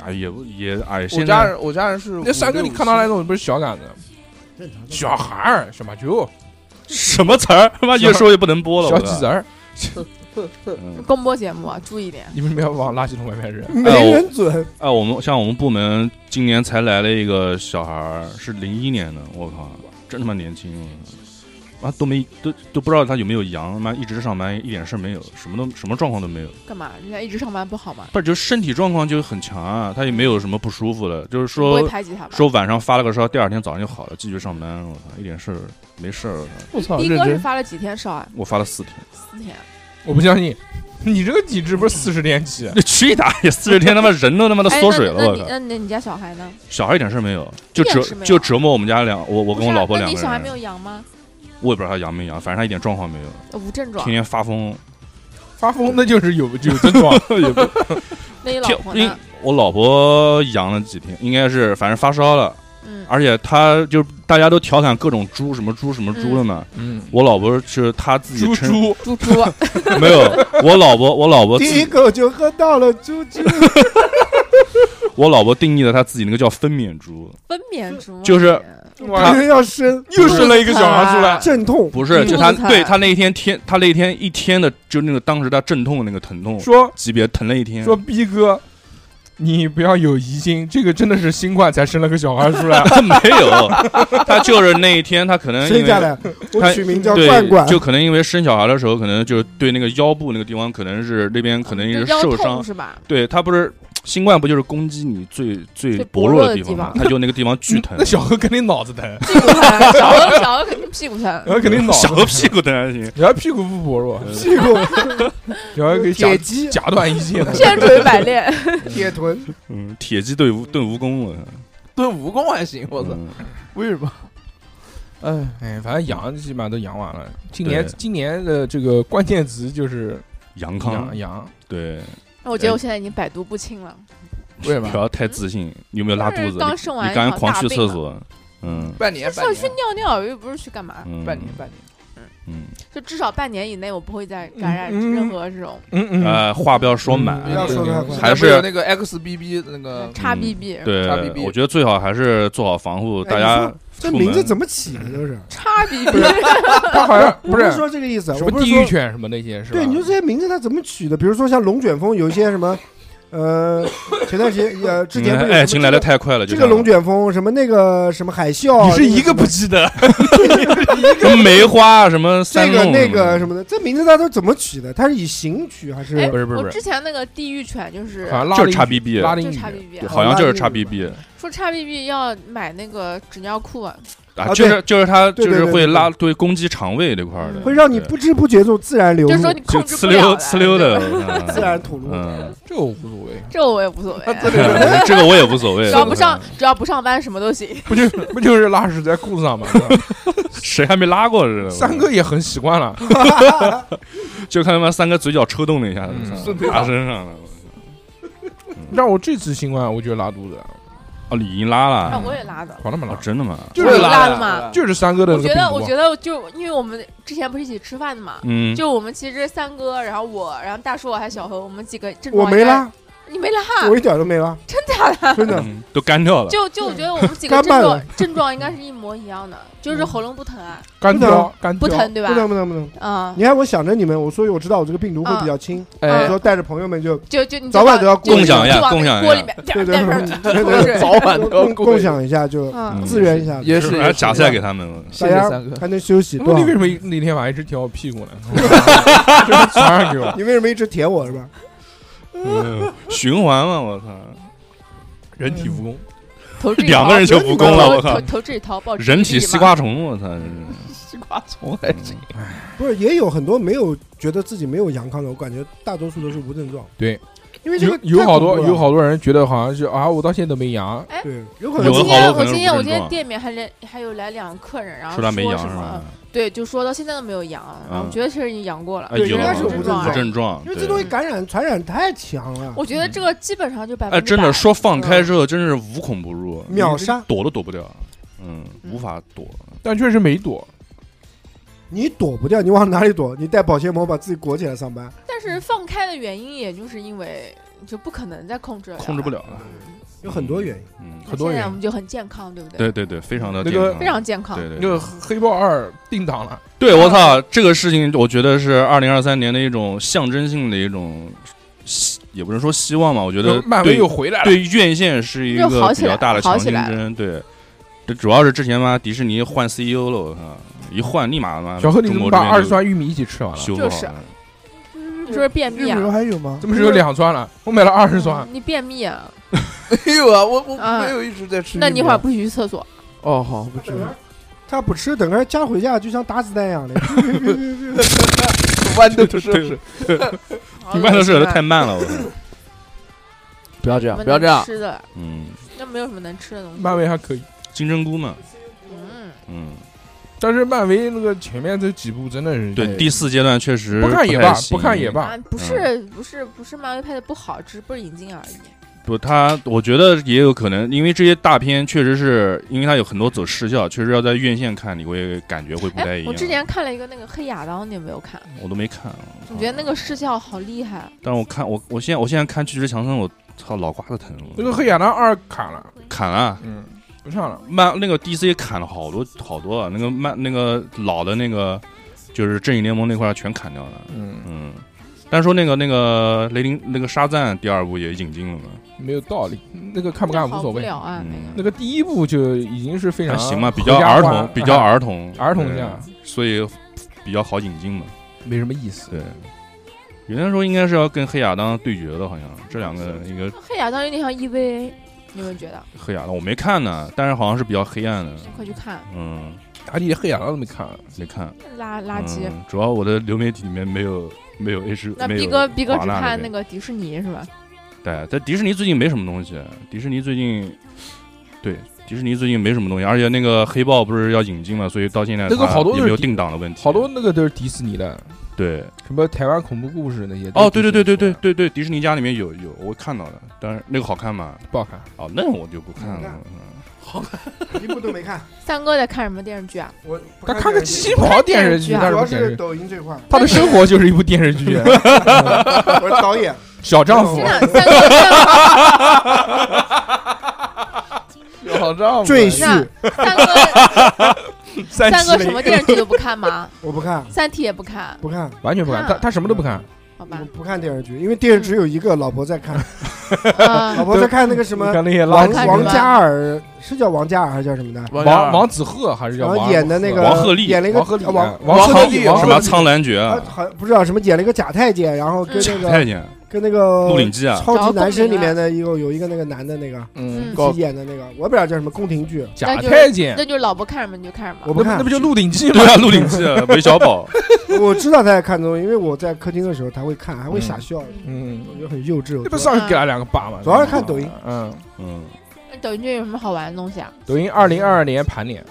啊，也不也哎，我现家在人我家人是那三哥五六你看他那五种不是小杆子，正常小孩儿，小马球，什么词儿？ 他妈越说越不能播了。小我鸡操子儿，嗯，公播节目啊，注意点。你为什么要往垃圾桶外面扔？没人准，哎，我们像我们部门今年才来了一个小孩儿，是零一年的，我靠，真他妈年轻！啊，都没都都不知道他有没有阳，妈一直上班一点事儿没有，什么都什么状况都没有，干嘛？人家一直上班不好吗？不是就身体状况就很强啊，他也没有什么不舒服的，就是不会说排挤他吗？说晚上发了个烧，第二天早上就好了，继续上班，我操，一点事儿没事儿，我操我操，斌认哥是真，发了几天烧啊？我发了四天，四天。我不相信， 你这个体质不是四十天起？ 那去你大爷，四十天他妈人都他妈的哎缩水了，那我你靠！那你那你家小孩呢？小孩一点事儿没有，就一折点事没有就折磨我们家两我我我跟我老婆两啊你个小孩没有人，阳吗？我也不知道他阳没阳，反正他一点状况没有，呃无症状天。天发疯。发疯那就是有有症 状，那你老天婆因呢？我老婆阳了几天，应该是反正发烧了，嗯，而且她就大家都调侃各种猪什么猪什么猪的嘛。嗯，我老婆是她自己猪称猪，猪 猪， 没有，我老婆我老婆自第一己口就喝到了猪 猪，我老婆定义的她自己那个叫分娩猪，分娩猪。就是别人要啊生又生了一个小孩出来，阵痛，不是嗯就她肚子疼对她那一天天她那一天一天的就那个当时她阵痛的那个疼痛说级别疼了一天，说逼哥，你不要有疑心，这个真的是新冠才生了个小孩出来。 没有，他就是那一天他可能因生为下来，我哎他取名叫对罐罐，就可能因为生小孩的时候，可能就是对那个腰部那个地方，可能是那边可能是就腰受痛伤。是吧？对他不是新冠不就是攻击你最最最薄薄弱弱的地的方吗？地他就那个地方 巨疼 嗯那，小何肯定脑子疼，屁股疼，小鹅小鹅肯定屁股 疼。小何肯定脑子小嗯疼。个屁股疼还行。只要屁股不薄弱，屁股 只要可以夹铁鸡、夹断一切的。现在准备百炼，铁臀，嗯，铁鸡对蜈对蜈蚣了。蹲蜈蚣还行，我操，嗯为什么？哎，哎，反正养基本上都养完了。今年对今年的这个关键词就是杨康养，养，对，我觉得我现在已经百毒不侵了。为什么不？要太自信。你有没有拉肚就子？是你刚生完你刚一才场狂大去病厕嘛所，嗯半年，半想去年，尿尿，又不是去干嘛？嗯，半年，半年，嗯，就至少半年以内，我不会再感染嗯嗯任何这种 嗯嗯，呃，话不要说满嗯，不要说太对快，还不是有那个 XBB 那呃个叉 BB。嗯对叉 BB，我觉得最好还是做好防护。哎大你家说这出名字门怎么起的？就是叉 BB，他好像我不不是是说这个意思，啊什我么不是地说狱犬什么那些是吧？对，你说这些名字它怎么取的？比如说像龙卷风，有一些什么，呃，前段时间呃，之前嗯不是有什么爱情来的这个太快了，就这个龙卷，卷风，什么那个什么海啸，你是一个什么不记 得，什么梅花，啊什么这三个弄那个什么的，这名字它都怎么取的？它是以形取还是？哎不是不是我不是，之前那个地狱犬就是好像拉就是丁语叉 BB，拉丁就语叉 BB，对啊好像就是叉拉丁语 BB 说叉 BB 要买那个纸尿裤啊，啊，啊就是就是它就对对是会对对拉对攻击肠胃这块儿的，嗯会让你对不知不觉中自然流就入是，说你就控制呲不了溜了呲溜的，对嗯自然吐露。嗯， 这我无所谓，这我也无所谓，嗯这个我也无所谓，只要不上只要不上班什么都行。 不就不就是拉屎在裤子 上吗？是吧谁还没拉过似的，三哥也很习惯了，就看他妈三哥嘴角抽动了一下嗯，我操打身上了。让我这次新冠我就拉肚子了，哦，你已经拉啊，了，我也拉的，管他们哦了，，真的吗？就是我也拉拉了嘛就就是三哥的我那个啊觉病得毒我觉得就因为我们之前不是一起吃饭的嘛，嗯，就我们其实三哥，然后我，然后大叔，我还有小何，我们几个正我没，拉，你没拉，我一点都没 拉，真假的？真的。嗯都干掉了，就就我觉得我们几个干症拌了嗯状症状应该是一模一样的，就是喉咙不疼啊，干不掉疼干不掉疼对吧不？能不能不能！啊，你看，我想着你们，我所以我知道我这个病毒会比较轻，哎嗯我说带着朋友 们就就就你早晚都要就共享一下就往共享一那下锅里面，对对但是对不对是早晚都要共共，享一下，就嗯，自源一下，也是是不是还假赛给他们了？谢大谢家三哥，还能休息。那多么好你为什么那天晚上一直舔我屁股呢？ 就是传染给 我。你为什么一直舔我是吧？嗯循环嘛，我操，人体蜈蚣，嗯投掷嗯两个人就蜈蚣了，我投靠投，投掷一桃报纸人体西瓜虫，我操，西瓜虫还 行，不是，也有很多没有觉得自己没有阳康的，我感觉大多数都是无症状。对，因为这有个有太好恐多怖了有好多人觉得好像是啊，我到现在都没阳，对，有可我 能有今好多天可能是不是我今天我今天症店里面还来还有来两个客人，然后说他没阳什是吧么？？对，就说到现在都没有阳，然后嗯我觉得其实你阳过了啊，，对有应该是无无症状症状，因为对这东西感染传染太强了，我觉得这个基本上就百分哎，之真百的说放开之后，真是无孔不入，秒杀，躲都躲不掉，嗯，无法躲。但确实没躲。你躲不掉，你往哪里躲？你带保鲜膜把自己裹起来上班。但是放开的原因，也就是因为就不可能再控制控制不了了了。有很多原因，嗯，那很多现在人我们就很健康，对不对对？对对，非常的那健个康，非常健康。对对那个对。黑豹二定档了，对我操，这个事情我觉得是二零二三年的一种象征性的一种希，也不能说希望嘛，我觉得漫威对又回来了。对院线是一又个好比起来较大的了好强起心来了针，对。这主要是之前嘛，迪士尼换 CEO 了，我靠，一换立马嘛，小何，你中怎么国把这边二就十串玉米一起吃完了？修不就好是啊了。你说是便嗯哎秘啊？还有吗怎么只有两串了？嗯我买了二十串，你便秘啊？没有啊，我我啊没有一直在吃玉米啊。那你一会儿不许去厕所？哦好，不吃，他不吃，等会儿加回家就像打子弹一样的。豌豆不是，好你外头恶射心的啊太慢了， 我操。不要什这样，么啊不要这能样，吃的嗯，那没有什么能吃的东西。漫威还可以，金针菇嘛，嗯，嗯，但是漫威那个前面这几部真的是对，第四阶段确实哎不看也罢太，行不看也罢啊，，不是不是不是漫威拍的不好，只是不引进而已。不，他我觉得也有可能，因为这些大片确实是因为它有很多走视效，确实要在院线看，你会感觉会不太哎一，样。嗯我之前看了一个那个黑亚当，你有没有看？我都没看，啊我觉得那个视效好厉害。但是我看我我现在我现在看《巨石强森》，我操脑瓜子疼。那个黑亚当二砍了，砍了，嗯，不上了。漫那个 DC 砍了好多好多啊，那个漫那个老的那个就是正义联盟那块儿全砍掉了。嗯，嗯，但是说那个那个雷凌那个沙赞第二部也引进了嘛，没有道理，那个看不看无所谓。了啊，那嗯个那个第一部就已经是非常还行嘛，比较合家儿欢童，比较儿童，儿童对向，所以比较好引进嘛。没什么意思。对，原来说应该是要跟黑亚当对决的，好像这两个一个黑亚当有点像 EVA，你们觉得？黑亚当我没看呢，但是好像是比较黑暗的，快去看，嗯，阿弟黑亚当都没看，没看，垃垃圾。嗯主要我的流媒体里面没有没有 H，那没有逼哥，逼哥华只纳看边那个迪士尼是吧？对，但迪士尼最近没什么东西。迪士尼最近，对，迪士尼最近没什么东西，而且那个黑豹不是要引进嘛，所以到现在那它个好多也都没是有迪定档的问题。好多那个都是迪士尼的，对，什么台湾恐怖故事那些。哦，对对对对对都对对，迪士尼家里面有有我看到了，但是那个好看吗？是不好看。哦，那我就不看不了看。嗯一部都没看，三哥在看什么电视剧啊？我不他看看个鸡毛电视剧，电视剧啊他什主要么电是视剧？抖音 这块儿，他的生活就是一部电视 剧，我是导演，小丈哦夫真，的，三哥真的，小丈夫，赘婿三 哥，三三七哥零什么电视剧都不看吗？我不看，三体也不看，不 看，完全不看，看他他什么都不看，好吧我？不看电视剧，因为电视只有一个，老婆在看，老嗯，婆在看那个什什么看那些垃王看圾。什王么嘉尔，是叫王嘉尔还是叫什么的？王王王王子赫还是叫然王后演的那个王鹤棣演了一个王鹤棣啊王王鹤鹤棣棣，什鹤么棣哦苍兰诀啊啊，好像不知道什么演了一个假太监，然后跟那太个呃监，跟那个鹿鼎记啊，超级男生里面的有有一个那个男的那个嗯嗯搞自己演的那个，我也不知道叫什么宫廷剧，假那就太监，那就是老婆看什么你就看什么我。不那不看那不，就《鹿鼎记》对吗？ 啊，鹿鼎记啊，韦小宝，我知道他在看东西，因为我在客厅的时候他会看，还会傻笑，嗯，我觉得很幼稚。我那不觉得上去给他两个巴吗？主要是看抖音，嗯，嗯，那抖音剧有什么好玩的东西啊？抖音二零二二年盘点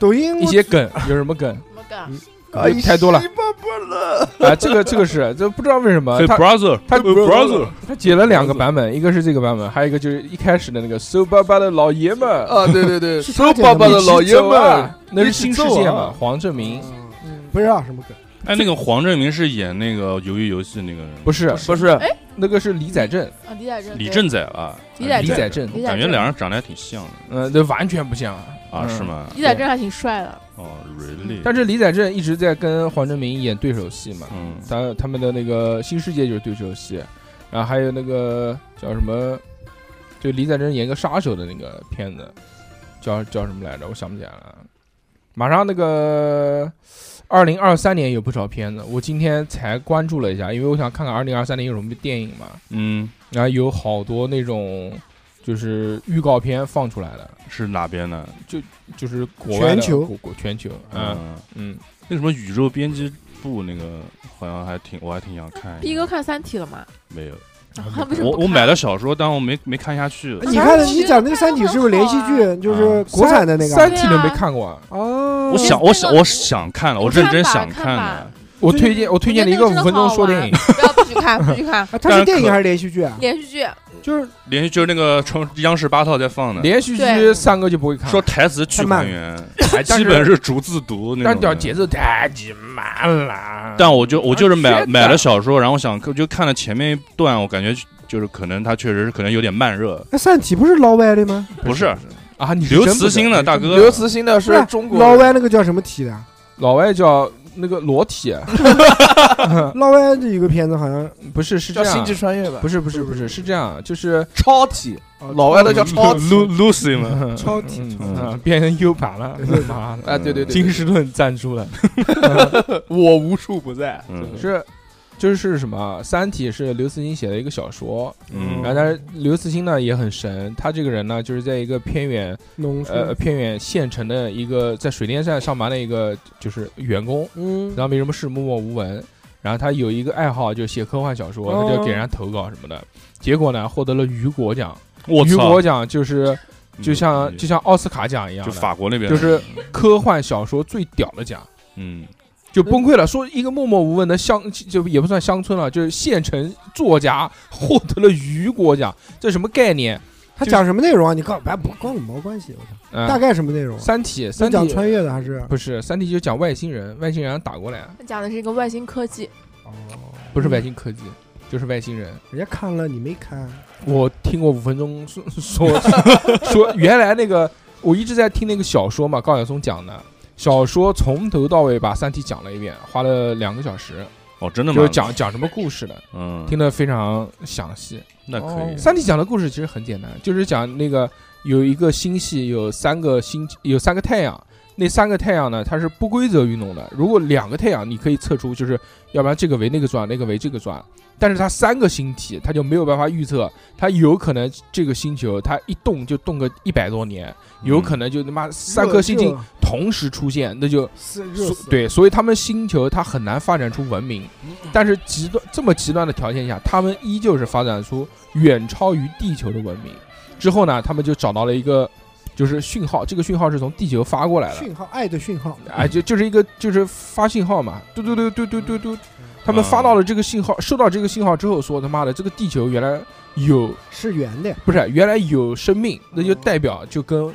抖音我一些 梗，有什么梗什么梗？哎太多了西巴巴勒啊？这个这个是，这不知道为什么嘿啊他 brother，他嘿 brother，他解了两个版本，一个是这个版本，还有一个就是一开始的那个 so 巴巴的老爷们儿，啊，对对对，是瘦他巴巴剪的的老爷们儿啊，那是新世界一起揍嘛啊？黄正明嗯不知道什么梗，哎，那个黄正明是演那个《鱿鱼游戏》那个人，不是不是哎那个是李宰镇，啊，李宰镇，李对正宰吧？李宰李镇宰镇，李宰感觉镇两人长得还挺像的嗯，那完全不像啊，是？嗯吗？李宰镇还挺帅的，哦，really，但是李宰镇一直在跟黄正明演对手戏嘛，嗯，他他们的那个新世界就是对手戏，然后还有那个叫什么，就李宰镇演一个杀手的那个片子，叫叫什么来着？我想不起来了。马上那个二零二三年有不少片子，我今天才关注了一下，因为我想看看二零二三年有什么电影嘛。嗯，然后有好多那种就是预告片放出来的，是哪边的？嗯就是国外的全球国国全球，嗯，嗯，那什么宇宙编辑部那个好像还挺，我还挺想看一下。逼哥看《三体》了吗？没有，啊不是我不我看哎买了小说，但我没没看下去。你我觉看得你讲那个《啊三体》是不是连续剧，就是国产的那个？啊三三体》都没看过啊，哦，我想，那个我想，我想看了，我认真想看吧的。我推荐我推荐你一个五分钟说电影， 不要不许看，不许看啊，它是电影还是连续剧啊？连续剧，就是连续就是那个从央视八套在放的，连续剧对三个就不会看，说台词巨太慢还了原，但基是本是逐字读那但种屌的。节奏太鸡慢了，但我就我就是买啊买了小说，然后想就看了前面一段，我感觉就是可能它确实是可能有点慢热，那《三体》不是捞歪的吗？不是啊，你是刘真不慈欣的懂大哥，刘慈欣的是啊中国捞人歪那个叫什么体的？啊老外叫那个裸体， 嗯捞歪这有个片子好像不是是叫这星样际。穿越吧不？是不是不是是这样，就是超体，哦老外都叫超体。 Lu- Lu- Lucy 嗯嘛，超体嗯啊变成 U 盘 了，U 啊盘了哎，对对对，金士顿赞助了， 我无处不在。嗯是就是什么啊《三体》是刘慈欣写的一个小说，嗯然后但是刘慈欣呢也很神，他这个人呢就是在一个偏远农呃村，偏远县城的一个在水电站上班的一个就是员工，嗯然，后没什么事，默默无闻。然后他有一个爱好，就是写科幻小说，哦他就给人家投稿什么的。结果呢，获得了雨果奖。我雨操嗯果，奖就是就像就像奥斯卡奖一样就嗯的，法国那边就是科幻小说最屌的奖。嗯，就呃崩溃了，说一个默默无闻的乡，就也不算乡村了，就是县城作家 获得了雨果奖，这什么概念？他就讲什么内容啊？你告白不关我毛关系，我操！嗯、大概什么内容啊？三体，是三讲体穿越的还是？不是三体就讲外星人，外星人打过来，啊讲的是一个外星科技，哦，不是外星科技，嗯就是外星人。人家看了你没看？我听过五分钟说 说说，原来那个我一直在听那个小说嘛，高晓松讲的小说从头到尾把三体讲了一遍，花了两个小时。哦，真的吗？就是讲讲什么故事的，嗯，听得非常详细。那可以哦三体讲的故事其实很简单，就是讲那个有一个星系有三个星有三个太阳，那三个太阳呢它是不规则运动的。如果两个太阳，你可以测出就是要不然这个为那个转，那个为这个转。但是它三个星体，它就没有办法预测，它有可能这个星球它一动就动个一百多年，有可能就他妈三颗星星同时出现，那就热所死，嗯对，所以他们星球它很难发展出文明，但是极端这么极端的条件下，他们依旧是发展出远超于地球的文明。之后呢，他们就找到了一个就是讯号，这个讯号是从地球发过来的，讯号，爱的讯号，哎，就就是一个就是发信号嘛，嘟嘟嘟嘟嘟嘟嘟，他们发到了这个信号，收到这个信号之后，说他妈的这个地球原来有是圆的，不是原来有生命，那就代表就跟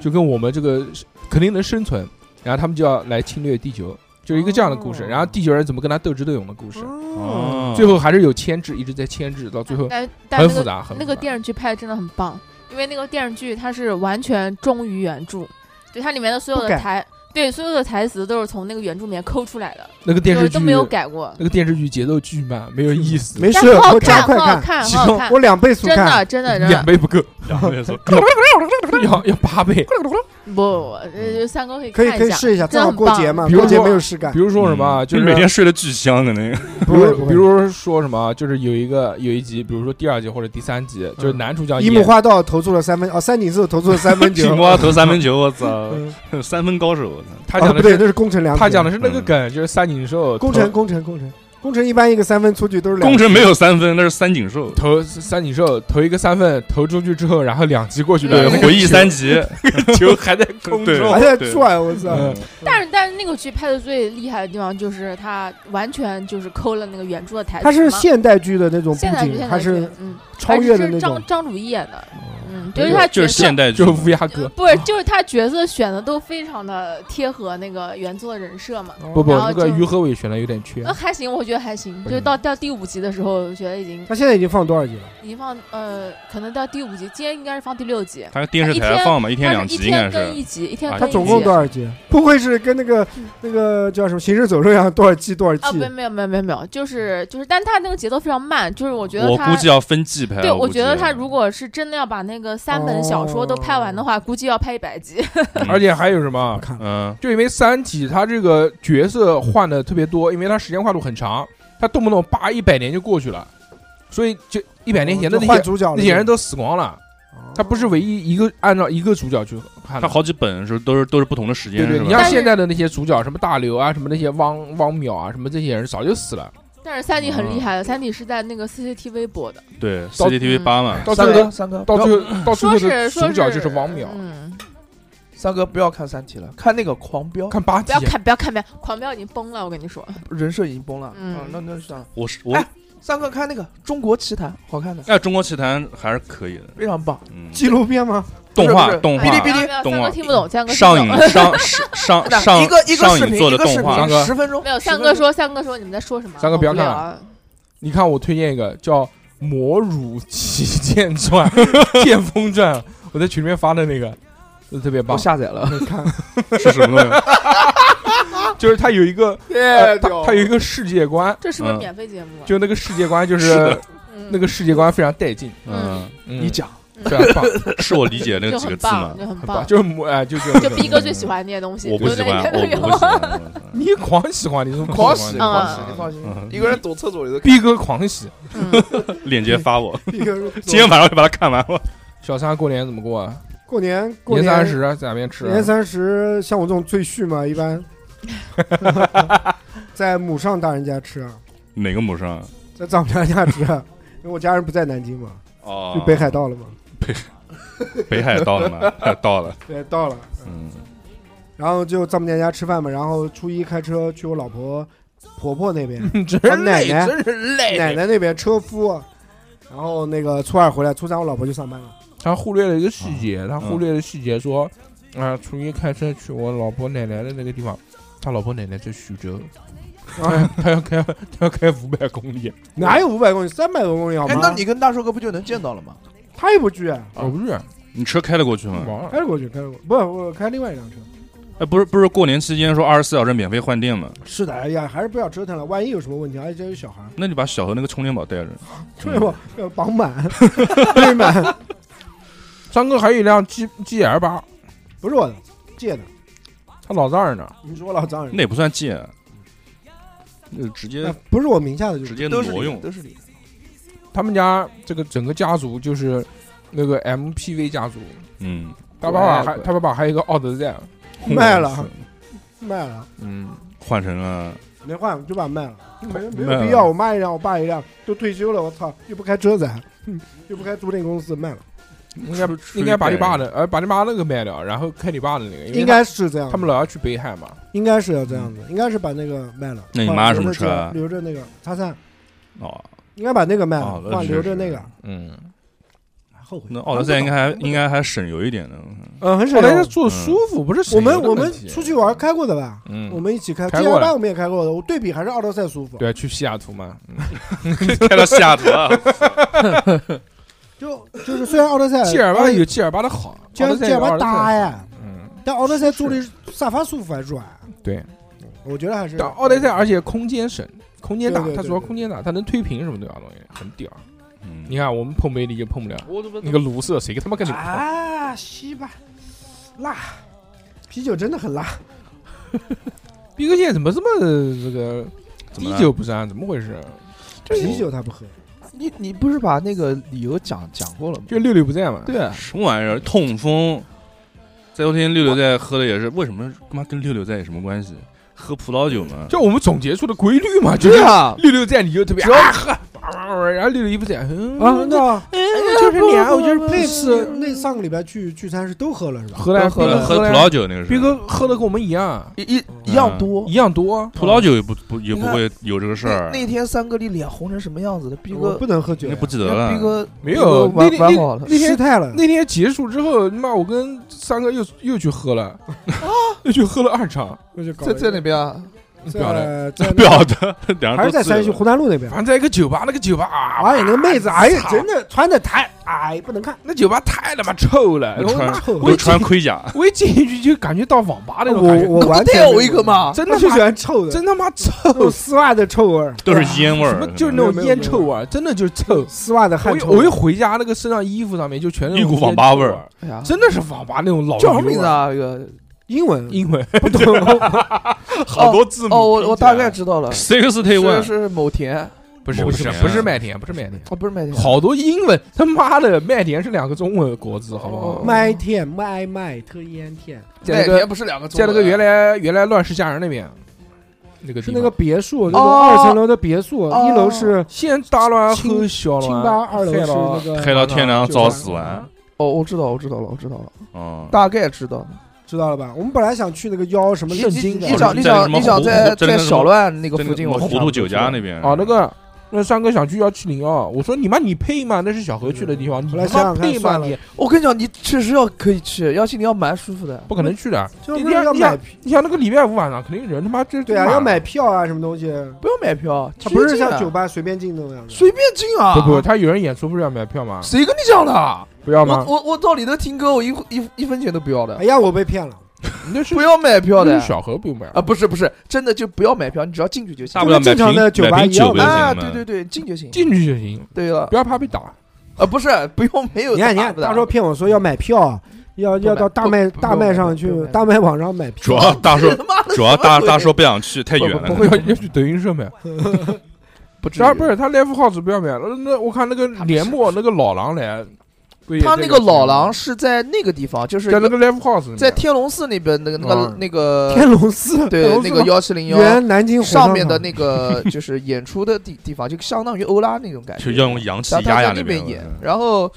就跟我们这个肯定能生存，然后他们就要来侵略地球，就是一个这样的故事。哦然后地球人怎么跟他斗智斗勇的故事，哦，哦，最后还是有牵制，一直在牵制，到最后但哦但很那复个杂，很那个复杂电视剧拍的真的很棒，因为那个电视剧它是完全忠于原著，就它里面的所有不的改台对所有的台词都是从那个原著里面抠出来的，那个电就是视剧呃都没有改过。那个电视剧节奏巨慢，没有意思，没但事，好我好加看，快好好，看，其好好中看，我两倍速真的看，真的真两的倍不够，两个月 左右要要八倍。不不，不呃三哥可以可以看可一以下，试一下，真的正好很过棒节嘛，比如过节说没有事干比，如说什么嗯啊，就嗯是你每天睡得巨香的那个，比不会不如会比如说什么啊，就是有一个有一集，比如说第二集或者第三集，就是嗯男主角樱木演花道投出了三分，哦，三井寿投出了三分球青，蛙投三分球，我操，嗯三分高手，我操，他哦讲不的对，是那是宫城良，他讲的是那嗯个梗，就是三井寿工投程工程工程工程一般一个三分出去都是两工程没有三分，那是三井寿，投三井寿投一个三分，投出去之后，然后两级过去对的，对，回忆三级，球还在空对中还。在对转，我 操！哦嗯但是但是那个剧拍的最厉害的地方就是它完全就是抠了那个原著的台词嘛。它是现代剧的那种布现代剧，景，现还代剧是，嗯，超越的那是种哦张？张主义演的，嗯，对就是他就角是色现。代剧就，乌鸦呃哥，不是，就是他角色选的都非常的贴合那个原作的人设嘛。不不，嗯然后那个就嗯于和伟选的有点缺那，还行，我觉得还行。不就是行到到第五集的时候，我觉得已经它现在已经放多少集了？已经放呃，可能到第五集，今天应该是放第六集。他电视台放嘛，一天它两是一集应该天更是一集，一天啊更它一总集嗯共多少集？不会是跟那个那个叫什么《行尸走肉》一样，多少季多少啊，没季？没有没有没有没有，就是就是，但他那个节奏非常慢，就是我觉得我他估计啊要分季哎拍。对，我我估觉得他如果果是真的要把那个三本小说都拍哦完的话，估计要拍一百集。 而且还有什么？看嗯，就因为三体它这个角色换的特别多，因为它时间跨度很长，它动不动叭一百年就过去了，所以就一百年前的哦就哎那换些主角了，哦那些人都死光了。他不是唯一一个按照一个主角去看他的，好几本是都是都是不同的时间，对对，是你吧像但是现在的那些主角，什么大刘啊，什么那些汪汪淼啊，什么这些人早就死了。但是三体很哦厉害的，三体是在那个 CCTV 播的，对到嗯 CCTV 八嘛，到三最哥，后，三哥，到不要最后，到最说后是的说主是角就是汪淼。嗯，三哥不要看《三体》了，看那个《狂飙》，看八不集要，看不要看不要，狂飙已经崩了，我跟你说，人设已经崩了。嗯啊那那就算了。我是我哎三哥看那个《中国奇谭》，好看的，哎，中国奇谭还是可以的，非常棒。嗯，纪录片吗？动不画是动哔画哩不哔要哩不要动三画哥听不懂，三哥听不上懂瘾上上上上一个一个上视瘾频，做一的个视动画上瘾频，十分钟。没有， 10三分哥钟，说三哥说你们在说什么？三哥好不要无聊看啊你看我推荐一个叫《魔乳奇剑传》《剑锋传》，我在群里面发的那个，就特别我棒。下载了。是什么东 西？就是它有一个，哎呃它它有一个世界观，这是不是嗯免费节目啊？就那个世界观就是是的嗯那个世界观非常带劲，嗯，嗯你讲，非常棒，是我理解那就几很个字吗棒，？就很很棒，就是魔哎，就就 就逼哥最喜欢那些东西，我不就喜在欢，那我不喜个欢。我操你狂喜欢，你怎么狂喜喜欢？狂喜嗯，你放心嗯，一个人躲厕所里头看。逼哥狂喜， 嗯链接发我，一个人 今天晚上就把它看完。我小三过年怎么过啊？过年过年年三十在哪边吃啊？年三十，像我这种赘婿嘛，一般在母上大人家吃啊，哪个母上？在丈母娘家吃啊， 因为我家人不在南京嘛，哦就北海，道了嘛，北海道了吗？哎到了，对，到了。嗯，然后就丈母娘家吃饭嘛，然后初一开车去我老婆婆婆 那边，真他奶累，奶真是累。奶奶那边车夫，然后那个初二回来，初三我老婆就上班了。他忽略了一个细节，他忽略了细节说，啊，初一开车去我老婆奶奶的那个地方，他老婆奶奶在徐 州，啊，他要开他要开五百公里，哪有五百公里？三百多公里好哎吗，？那你跟大寿哥不就能见到了吗？他也不去，哦我不是你车开得过去吗？忙开了过去，开了过去，不，我开另外一辆车。哎，不是不是，过年期间说二十四小时免费换电嘛？是的，哎呀，还是不要折腾了，万一有什么问题，而且有小孩 儿，那你把小何那个充电宝带着，对不？要绑满，对满，张哥还有一辆 G G L 八，不是我的，借的。他老丈人呢？你说我老丈人，嗯那也不算借，啊那直接哎不是我名下的，就直是接都是挪你的用。都是你的。他们家这个整个家族就是那个 MPV 家族，嗯，他爸爸还乖他爸爸还有一个奥德赛，卖了，卖了，嗯，换成了没换就把它卖 了，没没卖有了必要。我妈一辆，我爸一辆，都退休了，我操，又不开车载，嗯又不开租赁公司，卖了，应该出应该把你爸出的，呃，把你妈那个卖掉，然后开你爸的那个，因为应该是这样他的。他们老要去北海嘛。应该是要这样子，应该是把那个卖了。那你妈放什么留着车啊这个留着那个叉三，哦，应该把那个卖哦了，那放是留是着那个。嗯，后悔。那奥德赛应该还应该还省油一点的。嗯，哦很后省来油是。坐舒服，不是省油我们的我问们题出去玩开过的吧？嗯，我们一起开开 G 过 L 了八，我们也开过的。我对比还是奥德赛舒服。对啊，去西雅图嘛。嗯开到西雅图啊，就就是虽然呃奥德赛 G 尔八有 G 尔八的好 G 奥德赛 G 有八奥德赛大呀，嗯，但奥德赛坐的沙发舒服还软。对，我觉得还是但奥德赛而且空间省，空间大对，对它对主要对空间大，它能推平什么的啊东西，很屌。 嗯你看我们碰杯里就碰不了，我怎么那个卢瑟谁他妈跟你碰？啊，西吧，辣，啤酒真的很辣。逼哥现在怎么这么这个怎么滴了酒不沾？怎么回事？啤酒他不喝，你你不是把那个理由讲讲过了吗？就六六不在嘛。对啊，什么玩意儿？痛风。在昨天六六在喝的也是，为什么他妈跟六六在有什么关系？喝葡萄酒嘛，就我们总结出的规律嘛，就是对啊，六六在你就特别只要啊喝，啊然后六六一不在，嗯啊，那哎我就是你你啊，啊，我就是那不次是那上个礼拜去聚餐是都喝了是吧？荷兰喝逼哥了喝荷葡兰萄酒那个是。逼哥喝的跟我们一样一一一样哦多一。样多，葡萄酒也不不也你不看会有这个事那儿，啊那天三哥你脸红成什么样子的？逼我哥不，能喝酒那呀，不记得了。逼哥没有逼哥玩那玩好了。那失天态了。 那天结束之后，妈，我跟三哥又又去喝了，啊 又去喝了二场，那就搞在了在那边啊，不要了，在在那不要的，两人还是都在醉了山西湖南路那边反。正在一个酒吧，那个酒吧啊，哎呀，那个妹子，哎呀，操真的穿的太哎，不能看。那酒吧太他妈臭了，我然后穿妈我我都一进穿盔甲，我一进去就感觉到网吧那我种感觉，我完全带没有我一个，嘛，真我他就喜妈欢臭的，真他妈臭，那种丝袜的臭味儿，都是烟味什儿么，就是 那种烟臭味儿，真的就是臭。丝袜的汗我一臭味。我一回家，那个身上衣服上面就全是那种一股网吧味儿烟臭，啊哎呀，真的是网吧那种老叫什油么名字味儿？啊？这个英文英文不懂，好多字母哦，我拼我起来大概知道了，是 Sixty One 是某田， 不是不是某神不是麦田，不是麦田，哦，不是麦田，好多英文，他妈的麦田是两个中文国字，好不好哦？麦田麦麦特烟田在麦那田个不是两个中在文，那个原来原来乱世佳人那边，那个是地那方个别墅，那个哦二层楼的别墅，哦一楼是先大乱后清小清乱，吧，二楼害是到那个黑到天凉早早死死完完，哦，我知道，我知道了，我知道了，嗯，大概知道了。知道了吧？我们本来想去那个妖什么你圣经你的你，想你在那什想么你想胡在在那在什么小乱那个在附那近，个我糊涂酒家那边哦那个。那三哥想去要七零幺，我说你妈你配吗？那是小何去的地方，你嗯后来他妈想想看配吗？算了你我跟你讲，你确实要可以去，要去你要蛮舒服的。不可能去的。就你不是要你想买票你想那个礼拜五晚上肯定人他妈就对啊，要买。票啊，什么东西？不用买票，它不是直接进像啊酒吧随便进那种样子。随便进啊！不不，，他有人演出不是要买票吗？谁跟你讲的？不要我吗？我我到里头听歌，我一一一分钱都不要的哎，呀，我被骗了，那是不要买票那的是小何不用买啊！不是不是，真的就不要买票，你只要进去就行大。不了买正常瓶的酒吧买瓶一样酒不就的行啊，了对吗对？对，进就行。进去就行，对了不，要怕被打。啊，不是不用没有你看你打看，不大打叔骗我说要买票，啊要不买要到大麦不不大麦上不去买，大麦网上买票。主要哦大叔，他 妈的主要大什么鬼大叔不想去，太远不了不。不会要要去德云社买， 不至然后于不是他 live house 不要买。那那我看那个年末那个老狼来，不也他在那个老节目吗狼是在那个地方，就是在那个 live house 里面在天龙寺那边那个那个嗯那个天龙寺，对那个幺七零幺原南京火葬场上面的那个 就是演出的地地方，就相当于欧拉那种感就觉。要用阳气他他压压在那边边嗯演，然后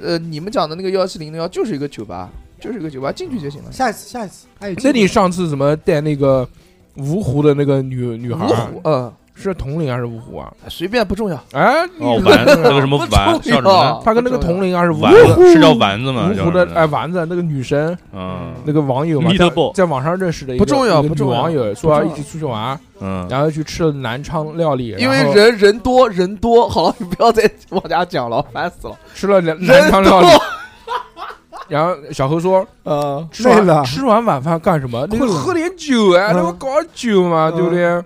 呃，你们讲的那个幺七零幺就是一个酒吧，就是一个酒吧，进去就行了。下一次，下一次，哎，那你上次怎么带那个芜湖的那个女女孩芜啊？湖，嗯，是铜陵还是芜湖啊？随便不重要。哎，你 哦，丸 那个什么不重丸要叫什么啊呢？他跟那个铜陵还是芜丸湖子是叫的丸子吗？芜叫湖什么的哎，丸子那个女神嗯那个网友嘛，在 Meatball 在网上认识的一个不重要一个女不重要网友说要不重一要起出去玩，嗯，然后去吃了南昌料理，因为然后人人多人 多，好了，你不要再往下讲了，烦死了。 吃了南人南昌料理多，然后小何说啊，吃累完了，吃完晚饭干什么？那困个了喝点酒啊，嗯那不搞酒嘛，对不对？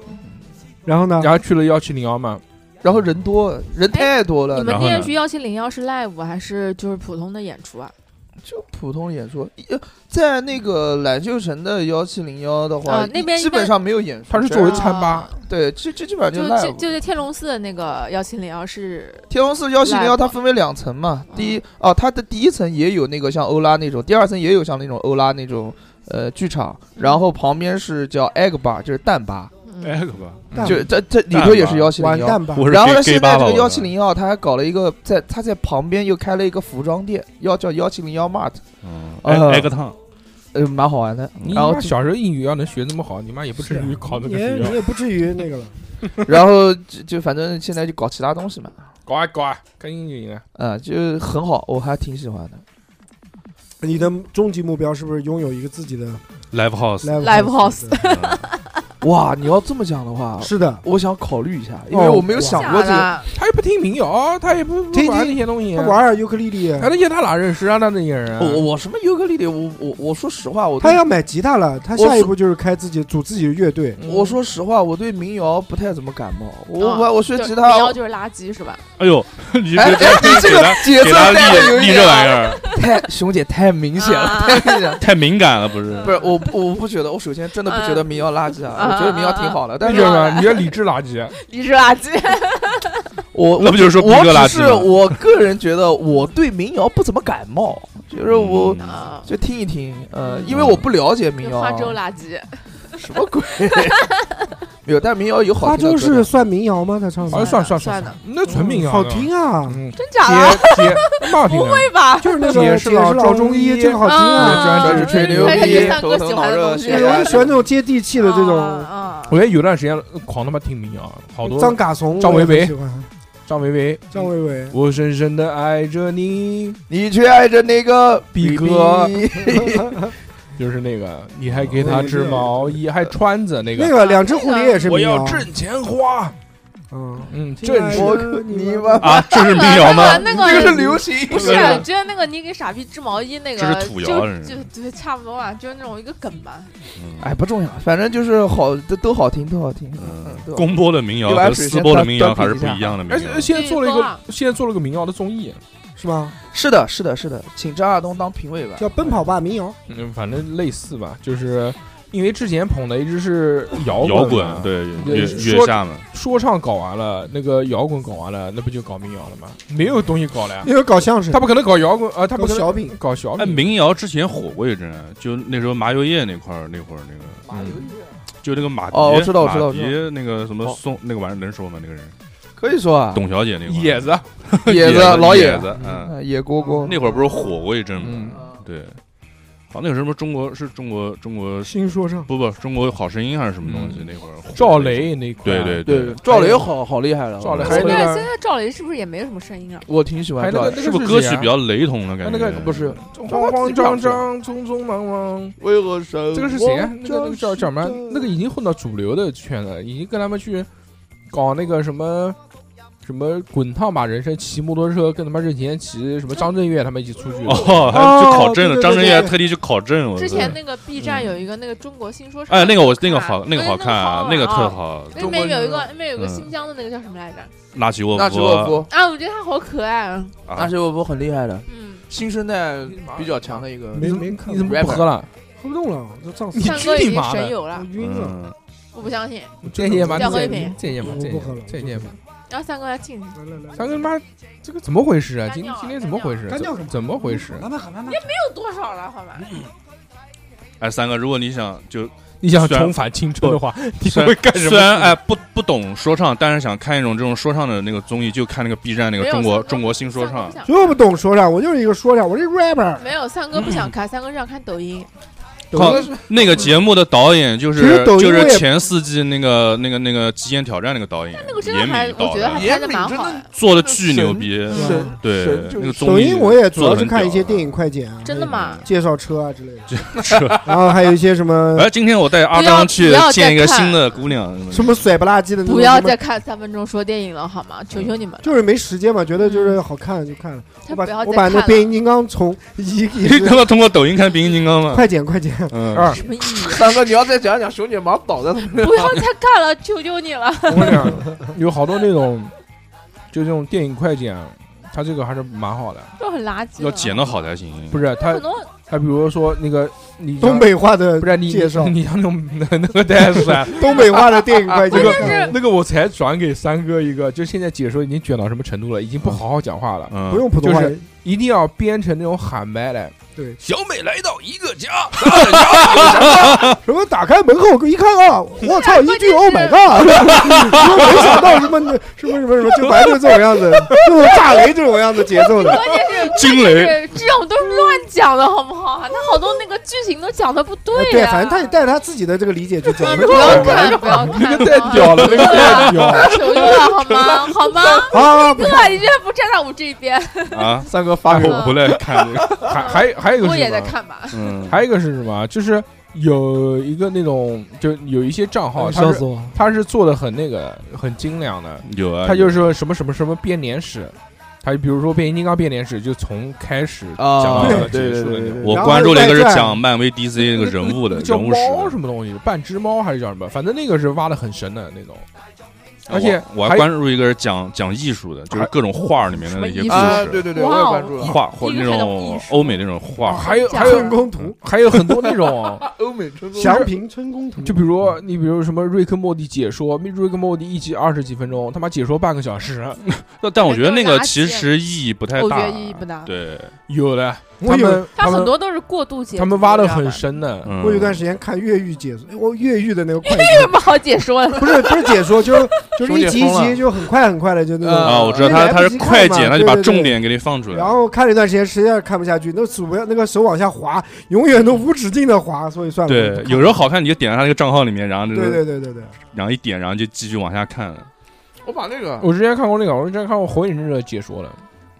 然后呢？然后去了幺七零幺嘛，然后人多，人太多了，哎你们然后那呢天去幺七零幺是 live 还是就是普通的演出啊？就普通演出，呃在那个篮球城的幺七零幺的话啊，那边基本上没有演出，他是作为这样餐吧啊，对，这这基本上就就 live。就在天龙寺的那个幺七零幺啊是天龙寺幺七零幺 live 它分为两层嘛，嗯第一哦，它的第一层也有那个像欧拉那种，第二层也有像那种欧拉那种呃剧场，嗯然后旁边是叫 egg bar，就是蛋吧，嗯哎，可吧，蛋就这这里蛋头也是吧幺七零完幺。蛋吧！我是然后 gay- 呢， gay 现在这吧个幺我七零幺，他还搞了一个在他在旁边又开了一个服装店，要叫幺七零幺 mart，嗯，呃哎，挨个烫， 呃，蛮好玩的。你然后妈小时候英语要能学那么好，你妈也不至于考那你个也学你校。也不至于那个了。然后就就反正现在就搞其他东西嘛，搞啊搞啊，开心就赢了。啊、就很好，我还挺喜欢的。你的终极目标是不是拥有一个自己的 live house， live house 嗯哇，你要这么讲的话，是哦的，我想考虑一下，因为我没有想过假这个。的他也不听民谣，他也不不听玩听那些东西，啊他玩啊尤克里里，哎，那些他哪认识啊？那那些人啊，我我什么尤克里里，我我我说实话，我对嗯他要买吉他了，他下一步就是开自己组自己的乐队。嗯我说实话，我对民谣不太怎么感冒。我啊我我学就吉民他，谣我就是垃圾是吧？哎 呦，你哎这哎，你 这个节给奏他带的有立一立这玩意点儿，太熊姐太明显了，啊太明显了。太敏感了，不是？不是，我不我不觉得，我首先真的不觉得民谣垃圾啊，啊我觉得民谣挺好的，但那是就是是你这理智垃圾，啊你是垃圾，我那不就是说逼我哥垃只圾是吗我个人觉得我对民谣不怎么感冒，就是我 嗯啊，就听一听，呃，因为我不了解民嗯就谣，啊花粥垃圾，什么鬼？ 没有，但民谣有好花听的粥歌啊是的算民谣吗？他唱啊，的算算算了了，那纯民谣，嗯好听啊，嗯，真假的？姐姐，蛮好听不的。会吧？就是那个解释解释了赵老忠中一医，这个好听啊啊。专是吹牛还是逼，三头哥疼喜脑欢的热，东西血对，压我就喜欢那种接地气的这种。啊，我觉得有段时间狂他妈听民谣，啊好多张嘎怂，张维维我也喜欢张维维，张维维， 我深深的爱着你，你却爱着那个逼 哥逼就是那个，你还给他织毛衣，还穿着那那个，个两只蝴蝶也是民谣。钱花，嗯，嗯，亲正爱是我的你们们啊，这是民谣吗？那个这个是流行，不啊是，我觉得那个你给傻逼织毛衣那个这是土就谣人就对，差不多吧，就是那种一个梗吧。嗯 哎，不重要，反正就是好，都都好听，都好听，嗯嗯，都好听公播的民谣一碗和水私先播的端民谣端还是不平一下哎呃一样的民哎而谣且。现在做了一对啊个，现在做了个民谣的综艺，是吗？是的，是的，是的，请张亚东当评委吧。叫《奔跑吧民谣》。嗯，反正类似吧，就是因为之前捧的一直是摇摇滚滚啊 嘛，对对月说月下嘛，说唱搞完了，那个摇滚搞完了，那不就搞民谣了吗？没有东西搞了呀，因为搞相声他，不可能搞摇滚啊，他不可搞能小品，搞小哎，品，民谣之前火过一阵，就那时候麻油叶那块儿，那会儿那个嗯就那个马迪，哦我知道我知道马迪我那个什么好宋那个玩意儿能说吗？那个人可以说啊，董小姐那块儿野子， 野野子老野野，子，嗯，呃野蝈蝈那会儿不是火过一阵嗯吗？对，好，那个什么中国是中国中国新说唱。不不中国好声音还是什么东西？那会儿火赵过一阵，雷那块，对对对，赵哎雷好好厉害了，赵雷还还是有现那在个现在赵雷是不是也没什么声音啊？我挺喜还欢有那赵个雷。那是个不是歌曲谁啊比较雷同的感那觉？个不是慌慌张张、匆匆忙忙，为何生这个是嗯谁啊？那个那个叫叫什么？那个已经混到主流的圈了，已经跟他们去搞那个什么什么滚烫吧人生，骑摩托车跟他妈任贤齐、什么张震岳他们一起出去。哦，还就考证了，对对对张震对岳对特地去考证。我之操前那个 B 站有一个那个中国新说唱，哎，那个我看那个好，那个好看啊，那个特。好，那里面有一个，那边有个嗯新疆的那个叫什么来着？纳奇沃纳什沃夫夫，啊，我觉得他好可爱啊。纳啊，什沃夫很厉害的，嗯，新生代比较强的一个。没你怎么没看你怎么不喝了？喝不动了，都胀死你三了，去哥已你经妈的神游了我，晕了。嗯，我不相信。再见吧，再喝一再瓶见再见吧我，再不喝了见，再见吧。然后三哥来敬你，来来来，嗯三哥他妈，这个怎么回事啊？今干掉了今天怎么回事？干掉啊怎怎么回事？慢慢喊，慢慢 又多少了？好吧，哎，三哥，如果你想 就你想重返青春的话，你虽会然干什么？虽然哎，不不懂说唱，但是想看一种这种说唱的那个综艺，就看那个 B 站那没个有中国三哥中国新说唱，三哥不想所以我不懂说唱，我就是一个说唱，我是 rapper。没有三哥不想看，三哥是想看抖音。抖靠音是那个节目的导演就其实是抖音就我也是前四季那个那个那个《极限挑战》那个导演，那个真严的敏还，我导觉得的还严拍的敏蛮真好的的，做的巨牛逼，嗯神对神就，那个是综抖艺音我也主做要得是很看一些屌电影快剪啊，真的吗？介绍车啊之类的， 是然后还有一些什 么哎，今天我带阿张去不要见一个不要再看新的姑娘，什么甩不拉几的那种，不要什么再看三分钟说电影了，好吗？求求你们了，就是没时间嘛，觉得就是好看就看了。嗯他不我把要我再把看那了。变形金刚从一一你 他直妈通过抖音看变形金刚吗？快剪快剪，嗯，二什么意义？三哥，你要再讲讲，熊姐马上倒在那边。不要再看了，求求你了。 我跟你讲，有好多那种，就这种电影快剪，它这个还是蛮好的。都很垃圾。要剪的，得好才行。嗯不是它很，多它比如说那个你像东北话的不是啊你介绍，你像那种那个袋子啊，东北话的 电影快剪关。键是那个我才转给三哥一个，就现在解说已经卷到什么程度了，已经不好好讲话了，嗯，不用普通话，就是一定要编成那种喊麦 来。对小美来到一个家，什么打开门后一看啊，我操，关一键句是 Oh my God，说没想到什么什么什么什么，就反正就这种样子， 这种炸雷这种样子节奏的，关键是惊雷，这这种都是乱讲的，好不好啊？他好多那个剧情都讲的不对哎对，啊呀。反正他也带着他自己的这个理解去讲。不啊要看，不要那看，个太屌了，那个 太屌了。求啊求了，好 吗？好吗？啊，不哥，你居然不站在我这一边，啊！三哥发我回来看这个，还还还有一个我是也什在么看吧。嗯，还有一个是什么？就是有一个那种，就有一些账号，他是我了！他是做的很那个，很精良的。有啊，他就是说什么什么什么编年史，他就比如说变形金刚编年史，就从开始讲到啊，对结对束的对那对种。我然后关注了一个是外传讲漫威 DC 那个人物的叫人物史猫的什，么东西，半只猫还是叫什么？反正那个是挖的很深的那种。啊而且我我还还关注一个是讲讲艺术的，就是各种画里面的那些什么艺故术啊，事对，对对，我也哇哦关注哦了。画或一那个还叫种艺术欧美那种画，啊还有讲还 春有宫图，还有很多那种，欧美春宫祥平春宫图，就比如你比如什么瑞克莫蒂解说，瑞克莫蒂一集二十几分钟，他妈解说半个小时，但但我觉得那还有个垃圾其实意义不太我觉大得，意义不大。对，有的。他我有们他很们多都是过度解读，他们挖的你知道很吧，深的，嗯我有段时间看越狱解说，我越狱的那个快这节有什么好解说的？不是不是解说，就是就是一兄集弟一疯了集就很快很快的就那种。啊，我知道因他为来他不是及看快嘛剪，他就对把对对重点给你放出来然。后看了一段时间，实在是看不下去，那鼠标那个手往下滑，永远都无止境的滑，所以算了。对，有时候好看你就点到他那个账号里面，然后就对是对对对对，啊然后一点，然后就继续往下看。我把那个我之前看过那个，我之前看过《火影忍者》解说了，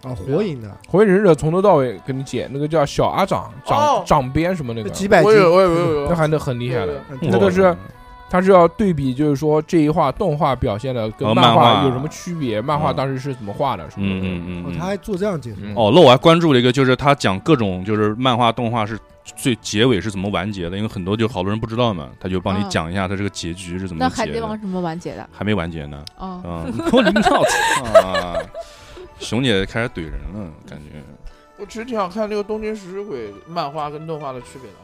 啊，火影的《火影忍者》从头到尾给你解，那个叫小阿长哦长长编什么那个，几百集我，有我有我有那我有，还能很厉害的。嗯那对个是他是要对比，就是说这一画动画表现的跟哦漫漫画画有什么区别，漫画嗯当时是怎么画的，什么的。嗯嗯哦嗯他嗯。还做这样解说，嗯哦，那我还关注了一个，就是他讲各种就是漫画动画是最结尾是怎么完结的，因为很多就好多人不知道嘛，他就帮你啊讲一下他这个结局是怎么 那海结贼的王。什么完结的？还没完结呢，哦，啊！ 我你脑子啊！熊姐开始怼人了，感觉我只是挺想看那个《东京食尸鬼》漫画跟动画的区别的。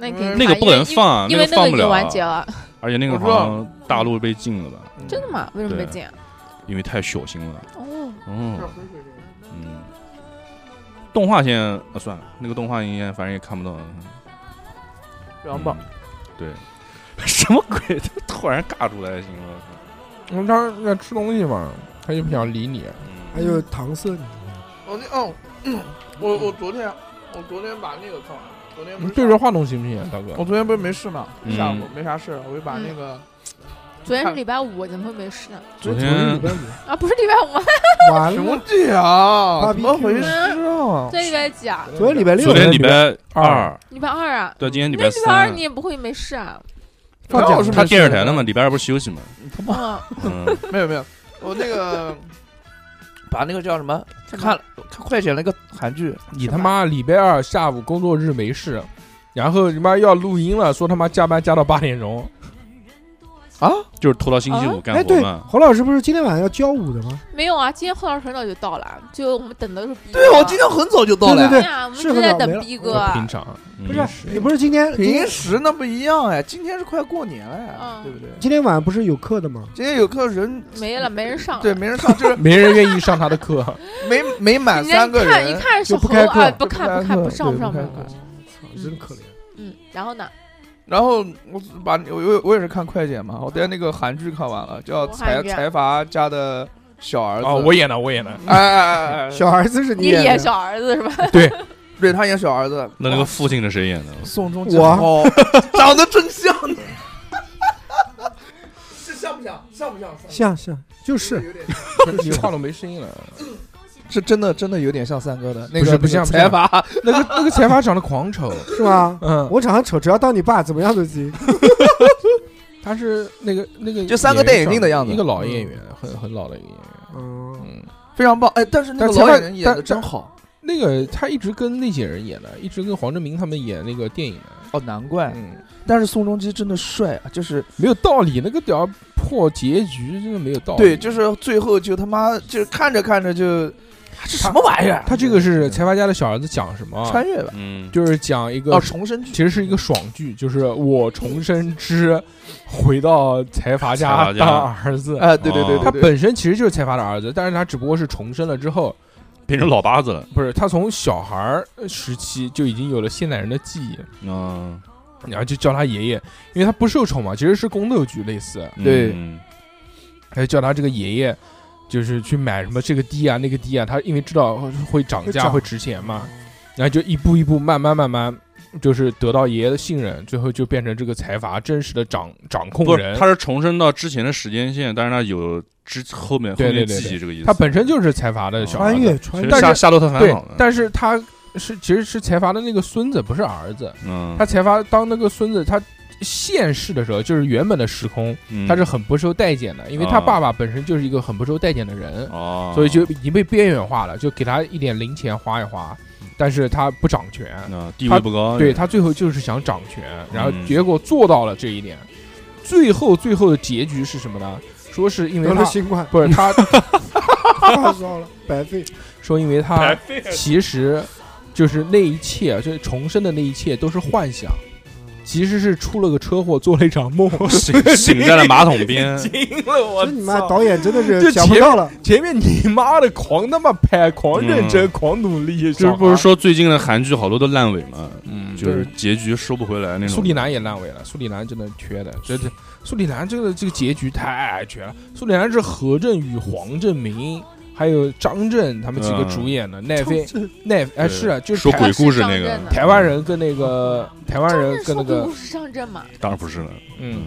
那你可以看那个不能，放啊，因为因个为放那不了已经啊，完结了，而且那个我知道好像大陆被禁了吧，嗯真的？吗？为什么啊对啊被剪？因为太血腥了。哦，哦，是浑水这个嗯，动画现在啊算了，那个动画应该反正也看不到了。非常棒。嗯对， 什么鬼？突然尬住了，行了。嗯，他在吃东西嘛，他就不想理你。还有搪塞你，我那哦， 我我昨天我昨天把那个看完了，昨天不你是对着话筒行不行啊，大哥哦我？昨天不是没事嘛，嗯下午没啥事儿，我就把那个嗯昨天是礼拜五，怎么会没事啊呢？昨昨天礼天拜五啊，不是礼拜五吗？完什么了，这啊？嗯 Barbecue 怎么回事嗯 啊？昨天礼拜几啊？昨天礼拜六昨天礼拜二二，礼拜二啊？对，今天礼那拜礼拜二三你。也不会没事啊？放假我是他电视台的嘛，礼拜二不是休 息嘛？嗯，嗯，没有没有，我那个 把那个叫什么什么看了看快剪了一个韩剧，你他妈礼拜二下午工作日没事，然后你妈要录音了，说他妈加班加到八点钟。啊？就是拖到星期哦五哎，干活对，嘛。侯老师不是今天晚上要教舞的吗？没有啊，今天后老师很早就到了，啊就我们等的是啊逼哥。对，啊我今天很早就到了。对对啊，我们是一直在很早没等了逼就哥啊。平常不不是，你不是今天今平天时那不一样哎，今天是快过年了呀，嗯对不对？今天晚上不是有课的吗？今天有课人没了，没人上了。对，没人上，就是 没人愿意上他的课。 没没满人家三一个看一人，看是就不猴开课啊，不就不看开不看课不上对不上不不开上。课啊真可怜，嗯，然后呢？然后我把我我我也是看快剪嘛，我带那个韩剧看完了，叫我《看财一遍财阀家的小儿子》哦，我演的，我演的。哎哎哎哎，小儿子是你演演的，小儿子是吧？对他演小儿子，那那个父亲是谁演的？宋仲基我好，哦 长得真像呢， 是像不像？像不像？像像啊就是有点 你话筒没声音了。是真的，真的有点像三哥的那不是个不像不像财阀， 那个那个财阀长得狂丑，是吧？嗯，我长得丑，只要当你爸，怎么样都行。他是那个那个就三个戴眼镜的样子嗯一个老演员，很很老的一个演员。嗯，嗯，非常棒。哎，但是那但个财老阀演员演的但真好那个他一直跟那些人演的，一直跟黄正明他们演那个电影的。哦，难怪。嗯，但是宋仲基真的帅啊，就是没有道理，那个屌破结局真的没有道理。对，就是最后就他妈就是看着看着就这什么玩意儿？他这个是财阀家的小儿子讲什么啊？穿越吧？嗯，就是讲一个哦，重生剧其实是一个爽剧，就是我重生之回到财阀财家阀家当儿子。啊，对对对哦他对对，本身其实就是财阀的儿子，但是他只不过是重生了之后，变成老八子了。不是他从小孩儿时期就已经有了现代人的记忆，嗯，然后就叫他爷爷，因为他不受宠嘛，其实是宫斗剧类似，对嗯他就叫他这个爷爷，就是去买什么这个地啊那个地啊，他因为知道会涨会价涨会值钱嘛，然后就一步一步慢慢慢慢。就是得到爷爷的信任，最后就变成这个财阀真实的掌掌控不人是，。他是重生到之前的时间线，但是他有之后面后对对面对记对忆这个意思。他本身就是财阀的小孩穿子越穿其越实但是夏夏洛特烦对恼呢，但是他是其实是财阀的那个孙子，不是儿子。嗯，他财阀当那个孙子，他现世的时候，就是原本的时空，嗯他是很不受待见的，因为他啊爸爸本身就是一个很不受待见的人，哦，所以就已经被边缘化了，就给他一点零钱花一花，嗯但是他不掌权，啊地位不高，对他最后就是想掌权，然后嗯结果做到了这一点。最后最后的结局是什么呢？说是因为得了他新 冠，不是他发烧了，白费。说因为他其实就是那一切，啊就是重生的那一切都是幻想，其实是出了个车祸，做了一场梦。嗯 醒醒在了马桶边，惊了我这你妈导演真的这是想不节到了，前面你妈的狂他妈拍，狂认真，嗯狂努力，就是吧不是说最近的韩剧好多都烂尾嘛，嗯，就是结局收不回来那种。苏里南也烂尾了，苏里南真的缺的，这这苏里南这个这个结局太绝了。苏里南是何振宇、黄正明还有张震他们几个嗯主演的，奈飞奈哎对是啊，就是说台鬼故事上那个任的台湾人跟那个台湾人跟那张震说鬼个故事上阵嘛，当然不是了，嗯嗯，，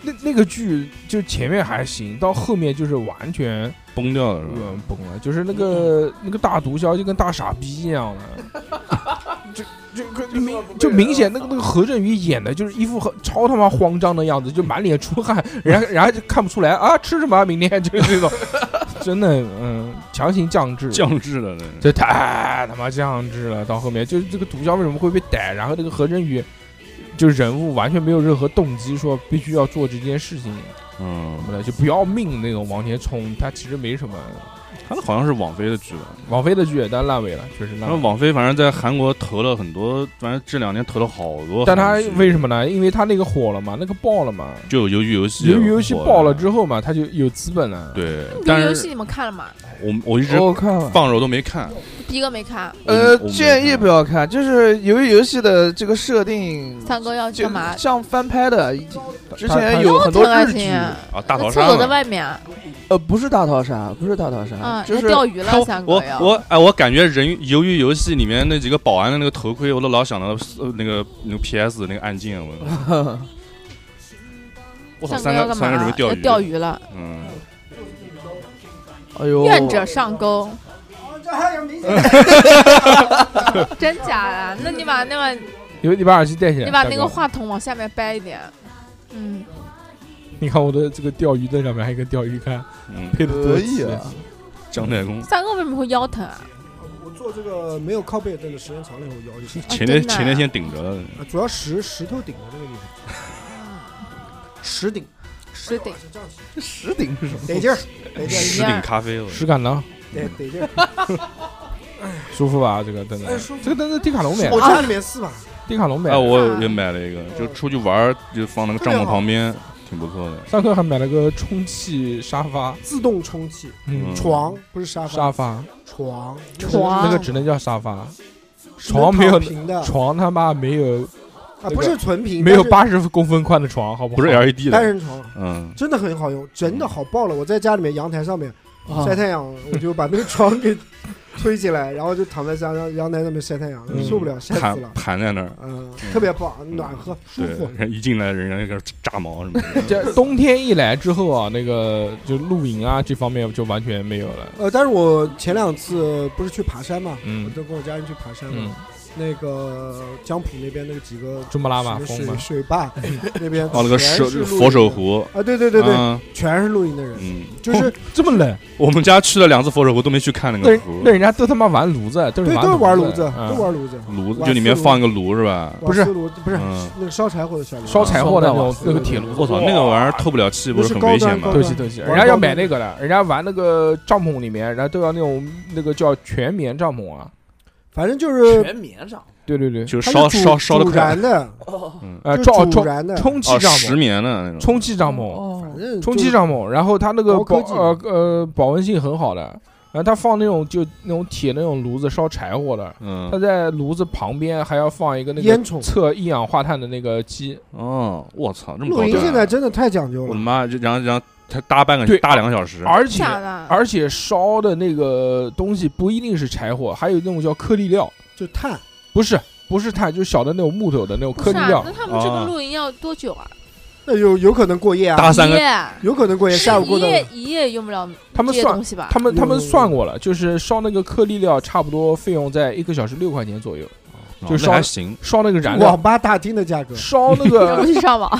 那那个剧就前面还行，到后面就是完全崩掉了是吧？嗯崩了，就是那个那个大毒枭就跟大傻逼一样的，就就可就明就明显那个那个何振宇演的就是一副很超他妈慌张的样子，就满脸出汗，然后然后就看不出来啊吃什么啊明天就是这种， 真的嗯强行降智。降智了那这太他妈降智了！到后面就是这个毒枭为什么会被逮，然后那个何振宇就人物完全没有任何动机，说必须要做这件事情什嗯，么的，就不要命那种往前冲。他其实没什么。他好像是网飞的剧吧？网飞的剧，但烂尾了，确实烂然后尾。网飞反正在韩国投了很多，反正这两年投了好多韩剧。但他为什么呢？因为他那个火了嘛，那个爆了嘛，就有鱿鱼游戏？由于游戏爆了之后嘛，他就有资本啊了。，对，这游但戏是你们看了吗？我我一直哦我看了。放着我都没看。逼哥没看，我呃我没，建议看不要看，就是由于游戏的这个设定，三哥要去就干嘛？像翻拍的，之他他前有很多那我挺恶日剧心，啊啊，大逃厕杀所在嘛。外面啊，呃，不是大逃杀，不是大逃杀，嗯就要是钓鱼了，三我哥要。我哎，我感觉人鱿鱼游戏里面那几个保安的那个头盔，我都老想到呃那个那个 PS 那个按键，我我操，三三哥要个干三个准嘛？备要钓钓，鱼了，嗯， 哎呦，愿者上钩， 这还有明显真假啊？那你把那个因为你把耳机戴起来，你把大那哥个话筒往下面掰一点，嗯，你看我的这个钓鱼灯上面还有一个钓鱼竿，嗯，配的多可以气啊，姜太公三哥为什么会腰疼啊？我做这个没有靠背凳的时间长了以后腰就啊前列真的啊前列腺顶着了，啊，主要石石头顶的那个地方，石顶，石顶是这样子，石顶是什么？ 得劲儿，得劲十儿，顶咖啡了，实感囊， 得得劲儿。舒服吧？这个灯哎舒服这个灯是迪卡侬买我的，家里面四把，迪卡侬买哎，的。我也买了一个，就出去玩儿就放那个帐哎特别篷好旁边，挺不错的。上课还买了个充气沙发，自动充气嗯嗯，床，不是沙发，沙发，床，床那个只能叫沙发，是床没有躺平的床他妈没有啊，不是纯平，没有但是八十公分宽的床，好不好？不是 LED 单的，人床，嗯，真的很好用，真的好爆了。我在家里面阳台上面啊晒太阳，我就把那个床给推起来，然后就躺在阳阳 阳台上面晒太阳，嗯受不了，晒死了盘。盘在那儿，嗯，特别棒，暖和舒对 服，，人一进来人家那个炸毛什么 的，这冬天一来之后啊，那个就露营啊这方面就完全没有了。呃，但是我前两次不是去爬山嘛，嗯我都跟我家人去爬山嗯嘛，，那个江浦那边那个几个珠穆朗玛水峰水嘛，水 坝那边，哦，那个全手是露营佛手的湖，啊，对对对对，嗯全是露营的人，嗯，就是这么冷，我们家去了两次佛手湖都没去看那那个人湖那，人家都他妈玩炉子，都是对，都是玩炉子，嗯都玩炉子，炉子瓦就里面斯炉放一个炉是吧？瓦斯炉不是嗯那个烧柴火的小炉，烧啊柴火的那种烧那个铁炉我子。操，那个玩意儿透不了气，不那是是很高危端险吗高？ 对不起端对不起，玩人家要高买端那个的，人家玩那个帐篷里面，然后都要那种那个叫全棉帐篷啊。反正就是全棉上。对对对，就是它烧是烧烧的煮快燃的，哦，呃，就照充是煮燃的，充气哦，帐石篷，棉的那种，充气帐篷，哦，正充就气帐篷，然后它那个高保科技呃呃保温性很好的，然后它放那种就那种铁那种炉子烧柴火的，它嗯，在炉子旁边还要放一个那个烟囱。测一氧化碳的那个机，哦，我操，这么高露营端现在真的太讲究我的了，妈，就然后然后他搭半个啊对啊搭两个小时，哦而且假的，而且烧的那个东西不一定是柴火，还有那种叫颗粒料，就碳不是不是碳，就是小的那种木头的那种不颗是粒啊料，那他们这啊个露营要多久啊？那有有可能过夜啊，搭三一个夜，有可能过夜，是下午过一到夜一夜用不了他们这些算东西吧？他们他们有有有算过了，就是烧那个颗粒料，差不多费用在一个小时六块钱左右，哦就那还烧行，烧那个燃料网。吧大厅的价格，烧那这不个 是上网，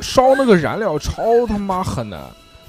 烧那个燃料超他妈狠的，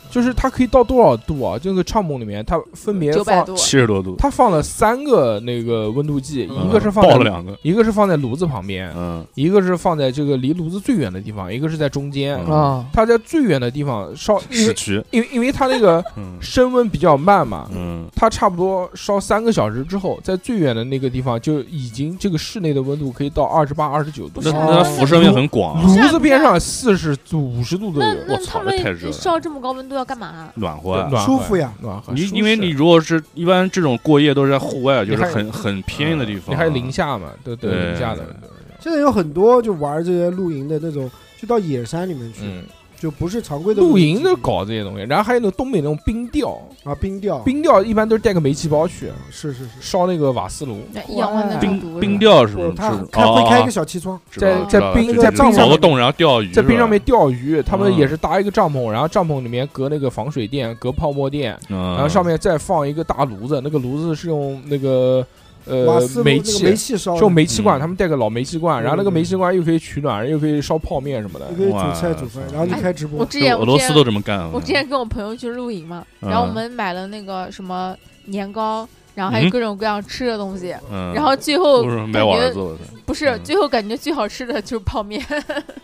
就是它可以到多少度啊？就那个帐篷里面，它分别九百放，多，七十多度，它放了三个那个温度计，嗯一个是放爆了在两个，一个是放在炉子旁边，嗯，一个是放在这个离炉子最远的地方，一个是在中间。嗯啊，它在最远的地方烧，因市为区，因为因为它那个嗯升温比较慢嘛，嗯，它差不多烧三个小时之后，在最远的那个地方就已经这个室内的温度可以到二十八、二十九度那，是啊那辐射面很广啊，炉子边上四十、五十度都那有，那我操他这太热了们烧这么高温度要干嗯嘛？暖和啊。暖舒和服呀，暖和。你舒因为适你如果是一般这种过夜都是在户外，就是你还很很偏的地方，啊嗯你还有零下嘛，都都有零下的对，现在有很多就玩这些露营的那种，就到野山里面去，嗯，就不是常规的露营基就地搞这些东西，然后还有那种东北那种冰钓，哦啊，冰钓，冰钓一般都是带个煤气包去是是是，烧那个瓦斯啊炉，那一氧嗯化碳中冰毒是吧冰钓是不不是？他是开会开一个哦小气窗，知道了知在道了在冰就在是冰上凿个面洞，然后钓鱼，在冰是吧上面钓鱼，他们嗯也是搭一个帐篷，然后帐篷里面隔那个防水垫、隔泡沫垫，嗯，然后上面再放一个大炉子，那个炉子是用那个瓦呃斯炉煤那个气煤，气烧是的，嗯用煤气罐，嗯他们带个老煤气罐，然后那个煤气罐又可以取暖，又可以烧泡面什么的你。可以哇煮菜煮饭，然后你开直播哎我，之就前俄罗斯都我之前这么干。啊我之前跟我朋友去露营嘛，嗯然后我们买了那个什么年糕，然后还有嗯各种各样吃的东西，嗯，然后最后不是买感我儿子，觉我操不是嗯最后感觉最好吃的就是泡面，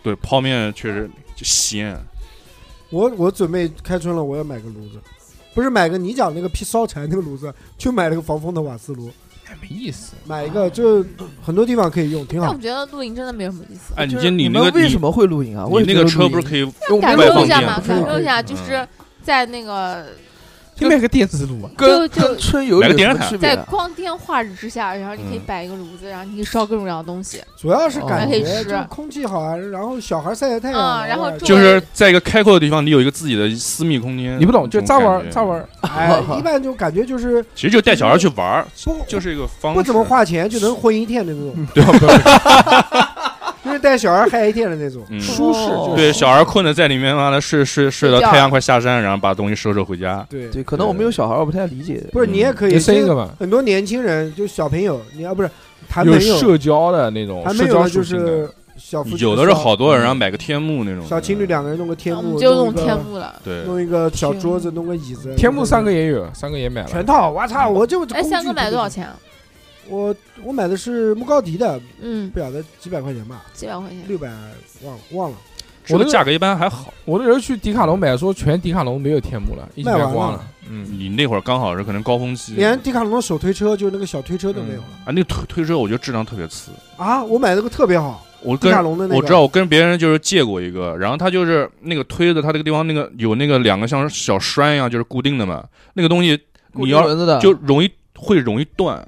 对泡面确实就鲜，啊我我准备开春了，我要买个炉子，不是买个你讲那个劈烧柴那个炉子，就买了个防风的瓦斯炉，哎没意思，买一个就很多地方可以用，挺但好我。觉得露营真的没有什么意思。哎，你就是今你那们个为什你么会露营啊？你那个车不是可以？以用感外受放一下电嘛，不是感可受以一下，嗯就是在那个就买个电磁炉啊。跟就就跟春游买有个电什热么毯区别在啊？光天化日之下，然后你可以嗯摆一个炉子，然后你可以烧各种各样的东西。主要是感还可觉以吃就是空气好啊，然后小孩晒晒太阳啊，嗯然后哇住就是在一个开阔的地方，你有一个自己的私密空间。你不懂，嗯就这咋种感玩觉咋玩，，哎， 一般就感觉就是其实就带小孩去玩儿，不就是一个方式。不怎么花钱就能混一天的 那种，对吧？就是带小孩嗨一天的那种。嗯，舒适哦对，小孩困的在里面，妈的睡睡睡到睡觉太阳快下山，然后把东西收拾回家。对，对，可能我没有小孩，我不太理解。不是你也可以你生嗯一个嘛，很多年轻人就小朋友，你要不是谈有朋友，社交的那种，谈社朋交友属就性的是小夫妻有的是小好多人，然后买个天幕那种的。小情侣两个人弄个天然后我幕，们就弄用一个天，幕了。对，弄一个小桌子，弄个椅子，天幕三个也有，三个也买了全。套。我操，我就哎，三哥买多少？钱啊？我我买的是木高迪的，嗯，不晓得几百块钱吧，几百块钱。六百忘了忘了，这我个那个价格一般还好。我那时候去迪卡侬买，说全迪卡侬没有天幕了，已经卖卖完光了了。嗯，你那会儿刚好是可能高峰期，连迪卡侬的手推车就是那个小推车都没有了嗯啊，那个推推车我觉得质量特别次。啊！我买那个特别好，我嗯迪跟卡侬的那个，我知道，我跟别人就是借过一个，然后他就是那个推子，他这个地方那个有那个两个像是小栓一样，就是固定的嘛。那个东西你要轮子的嗯就容易会容易断，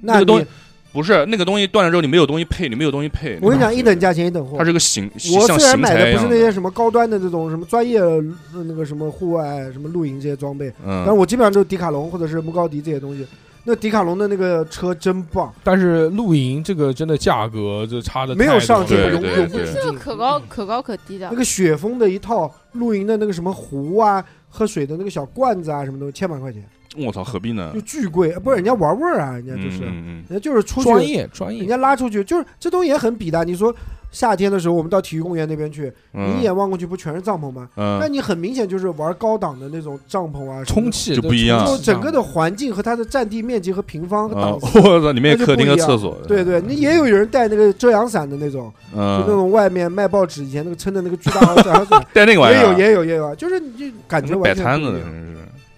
那个东你西不是那个东西断了之后你没有东西配，你没有东西配。我跟你讲，那一个等价钱一等货它。是个形，我像虽然型买材的一不样是那的。些什么高端的这种什么专业呃那个什么户外什么露营这些装备，但是嗯，我基本上就是迪卡侬或者是木高迪这些东西。那迪卡侬的那个车真棒，但是露营这个真的价格就差的没有上去对永对永不对止这境。可高嗯可高可低的那。个雪峰的一套露营的那个什么壶啊，喝水的那个小罐子啊，什么东西，千把块钱我操，何必呢就？巨贵，呃不是人家玩味儿啊，人家就嗯是，人嗯家就是出专去，业专人业，家拉出去，就是这东西也很比的。你说夏天的时候，我们到体育公园那边去，嗯你一眼望过去不全是帐篷吗？那嗯，你很明显就是玩高档的那种帐篷啊，充气就都不一样充就气整个上的环境和它的占地面积和平方和啊档 我次。操，里面那就客厅不和一样厕所，对对，你也有人带那个遮阳伞的那种，就嗯，，那种外面卖报纸以前那个撑的那个巨大的遮阳伞 带那个玩意也有儿啊，也有也有啊，就是你就感觉那完摆全摊不子一的样真是，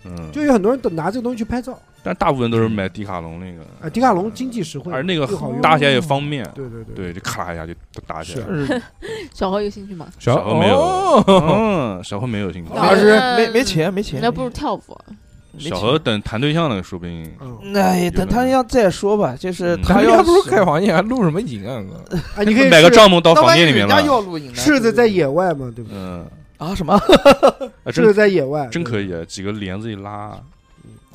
嗯，就有很多人都拿这个东西去拍照。但大部分都是买迪卡侬那个，嗯啊，迪卡侬经济实惠，而那个又好用。搭起来也方便，对对对，对，就咔啦一下就搭起来了。是小豪有兴趣吗？小小何没有 哦嗯， 小何没有兴趣，那老师嗯没没钱没钱，那不如跳舞。没钱小何等谈对象呢，说不定嗯，哎，等他要再说吧，就是嗯他人 要家不是是开房间，还露什么营啊？啊，你可以买个试帐篷到当房然间里面人家了。要露营呢，对柿子不对在野外嘛，对不对？嗯，啊什么啊柿子真在野外，真可以。以，啊，几个帘子一拉，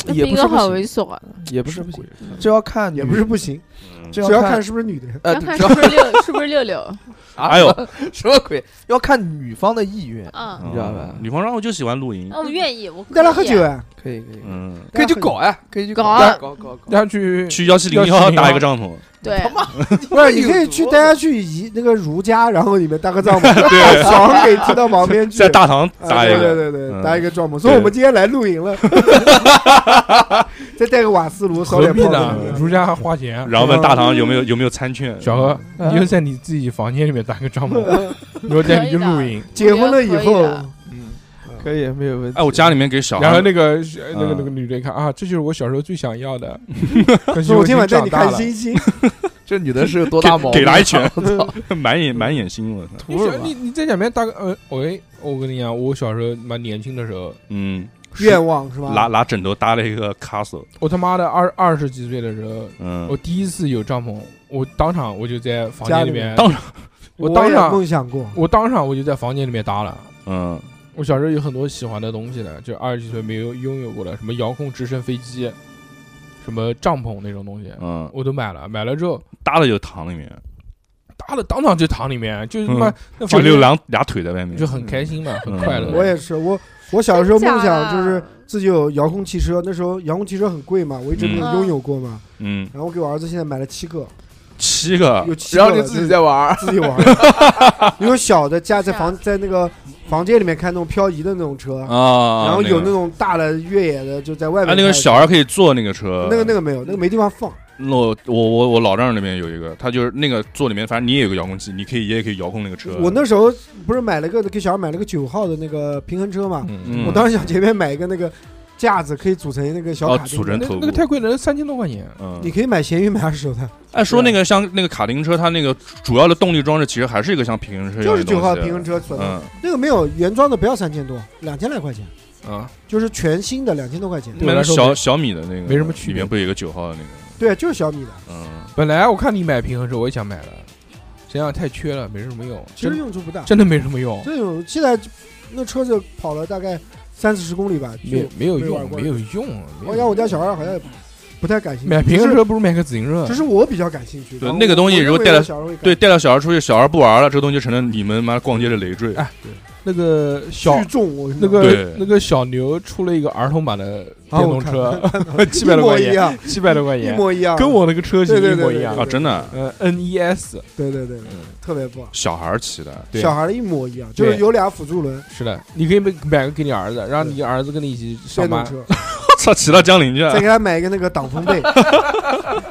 那也不兵是哥不好行猥琐啊，也不是不行，鬼这要看也女不是不行，嗯这只要看看是不是女的。呃要看这是要不是六是不是六 六？啊哎呦，什么鬼？要看女方的意愿，嗯，你知道吧哦女方让我就喜欢露营那，我愿意，我可以你带她喝酒 啊，可以可以，嗯，可以去带她喝酒搞呀，可以去搞啊搞搞搞搞。 要去去幺七零幺搭一个帐篷，对，不是，你可以去带 她去宜那个如家，然后里面搭个帐 篷，对，床给踢到旁边去。在大堂啊搭一对个，对对对，嗯搭一个帐篷。说我们今天来露营了， 再带个瓦斯炉，烧何点必炮呢仗。？儒家还花钱。然后问大堂有没有有没有餐券，小何，嗯哎你嗯就在你自己房间里面搭个帐篷，然后带你去露营，结婚了以我觉得可以后，的嗯，可以没有问题。哎，我家里面给小然后孩，那个嗯呃那个那个女的一看啊，这就是我小时候最想 要的，可惜说我已今经晚带长你大看了。星星。这女的是有多大毛病？啊给给她一拳 我操！ 满眼满眼星我操，你图小什你么？你在前面搭个呃，喂，我跟你讲，我小时候蛮年轻的时候，嗯，愿望是吧？拿拿枕头搭了一个 castle，我他妈的二二十几岁的时候，我嗯，第一次有帐篷，我当场我就在房家间里里面，当场 我我当也场梦想过，我当场我就在房间里面搭了。嗯，我小时候有很多喜欢的东西的，就二十几岁没有拥有过的，什么遥控直升飞机，什么帐篷那种东西，嗯，我都买了。买了之后搭的就躺里面，搭了，当场就躺里面，就是他妈、嗯那就房留间两俩腿在外面，就很开心嘛，很快乐。嗯我也是。我我小时候梦想就真假是的自己有遥控汽车，那时候遥控汽车很贵嘛，我一直没有嗯拥有过嘛。嗯，然后我给我儿子现在买了七个，七个有七个然后了，就自己在玩儿，自己玩。 有小的家在房在那个房间里面开那种漂移的那种车，啊，然后有那个。种大的越野的就在外啊，面。那个小孩可以坐那个车，那个那个没有，那个没地方放。那我我我我老丈人那边有一个，他就是那个座里面，反正你也有个遥控器，你可以也可以遥控那个车。我那时候不是买了个给小孩买了个九号的那个平衡车嘛，嗯，嗯我当时想前面买一个那个架子，可以组成那个小哦卡丁组成那头部那个太贵了，三千多块钱。你嗯，可以啊买闲鱼买二手的，按说那个像那个卡丁车，它那个主要的动力装置其实还是一个像平衡车一样就的是东九西号平衡。车存的，嗯，那个没有原装的，不要三千多，两千来块钱，啊，就是全新的两千多块钱。对买我来那说小没小米的那个没什么区别里面不有一个九号的那个？对，就是小米的，嗯，本来我看你买平衡车，我也想买了，想想太缺了，没什么用，其实真用处不大。真的没什么用，这种现在那车子跑了大概三四十公里吧，没就没有没玩用，过没有用。好哦像我家小孩好像也不太感兴趣。买平衡只是车不如买个自行车啊只。是我比较感兴趣。对然后那个东西我如果带认为了我小孩会感对，带到小孩出去，小孩不玩了，这个东西就成了你们妈逛街的累赘哎。那个小巨重，我跟你那讲个对那个小牛出了一个儿童版的啊电我动看车， 七百多一模块一钱，样，七百多块一钱，模一样，跟我那个车型对对一模对一样对。啊，真的，呃，NES 对对对，对嗯特别棒。小孩骑的，对小孩的一模一样，就是对有俩辅助轮是的，你可以买买个给你儿子，让你儿子跟你一起上电班动。车，我操，骑到江陵去了再。给他买一个那个 挡风被，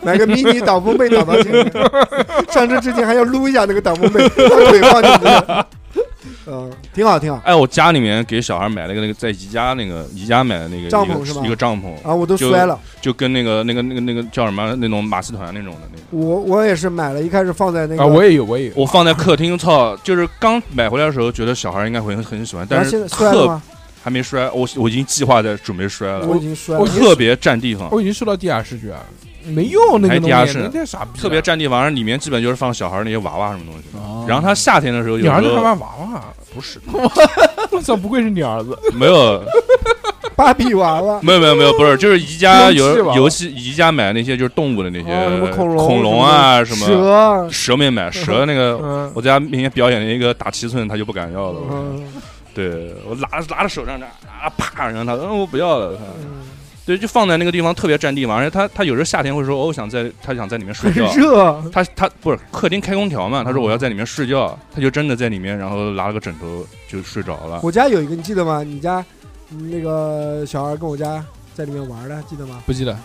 买个迷你挡风被挡到前面。 上车之前还要撸一下那个挡风被，把腿放进去。 嗯，挺好挺好哎，我家里面给小孩买了一个那个在宜家那个宜家买的那个帐一个篷是吧一个帐篷，啊！我都摔了，就跟那个那个那个那个叫什么那种马戏团那种的那个。我我也是买了一开始放在那个，啊，我也有，我也有。我放在客厅，操，就是刚买回来的时候，觉得小孩应该会很很喜欢，然但后现是在摔了特吗？还没摔，我我已经计划在准备摔我了，已经摔了我，特别占地方，我已经受到地下视觉了，没用那还个地下东西，室你太傻逼了。特别占地方，然后里面基本就是放小孩那些娃娃什么东西。哦然后他夏天的时候有你时儿子还候 玩娃娃？不是我操，不愧是你儿子。没有芭比娃娃，没有没有没有，不是，就是宜家游戏吧有游戏，宜家买那些就是动物的那些哦什么恐龙恐龙啊什么蛇，蛇没买，蛇那个嗯，我在他面前表演了一个打七寸，他就不敢要了。嗯，对我拿着拿着手上这样啊啪，然后他嗯我不要了。他对，就放在那个地方特别占地方，而且他他有时候夏天会说，哦我想在他想在里面睡很觉。 热，他他不是客厅开空调嘛？他说我要在里面睡觉，嗯他就真的在里面，然后拿了个枕头就睡着了。我家有一个，你记得吗？你家嗯那个小孩跟我家在里面玩的，记得 吗？不记得，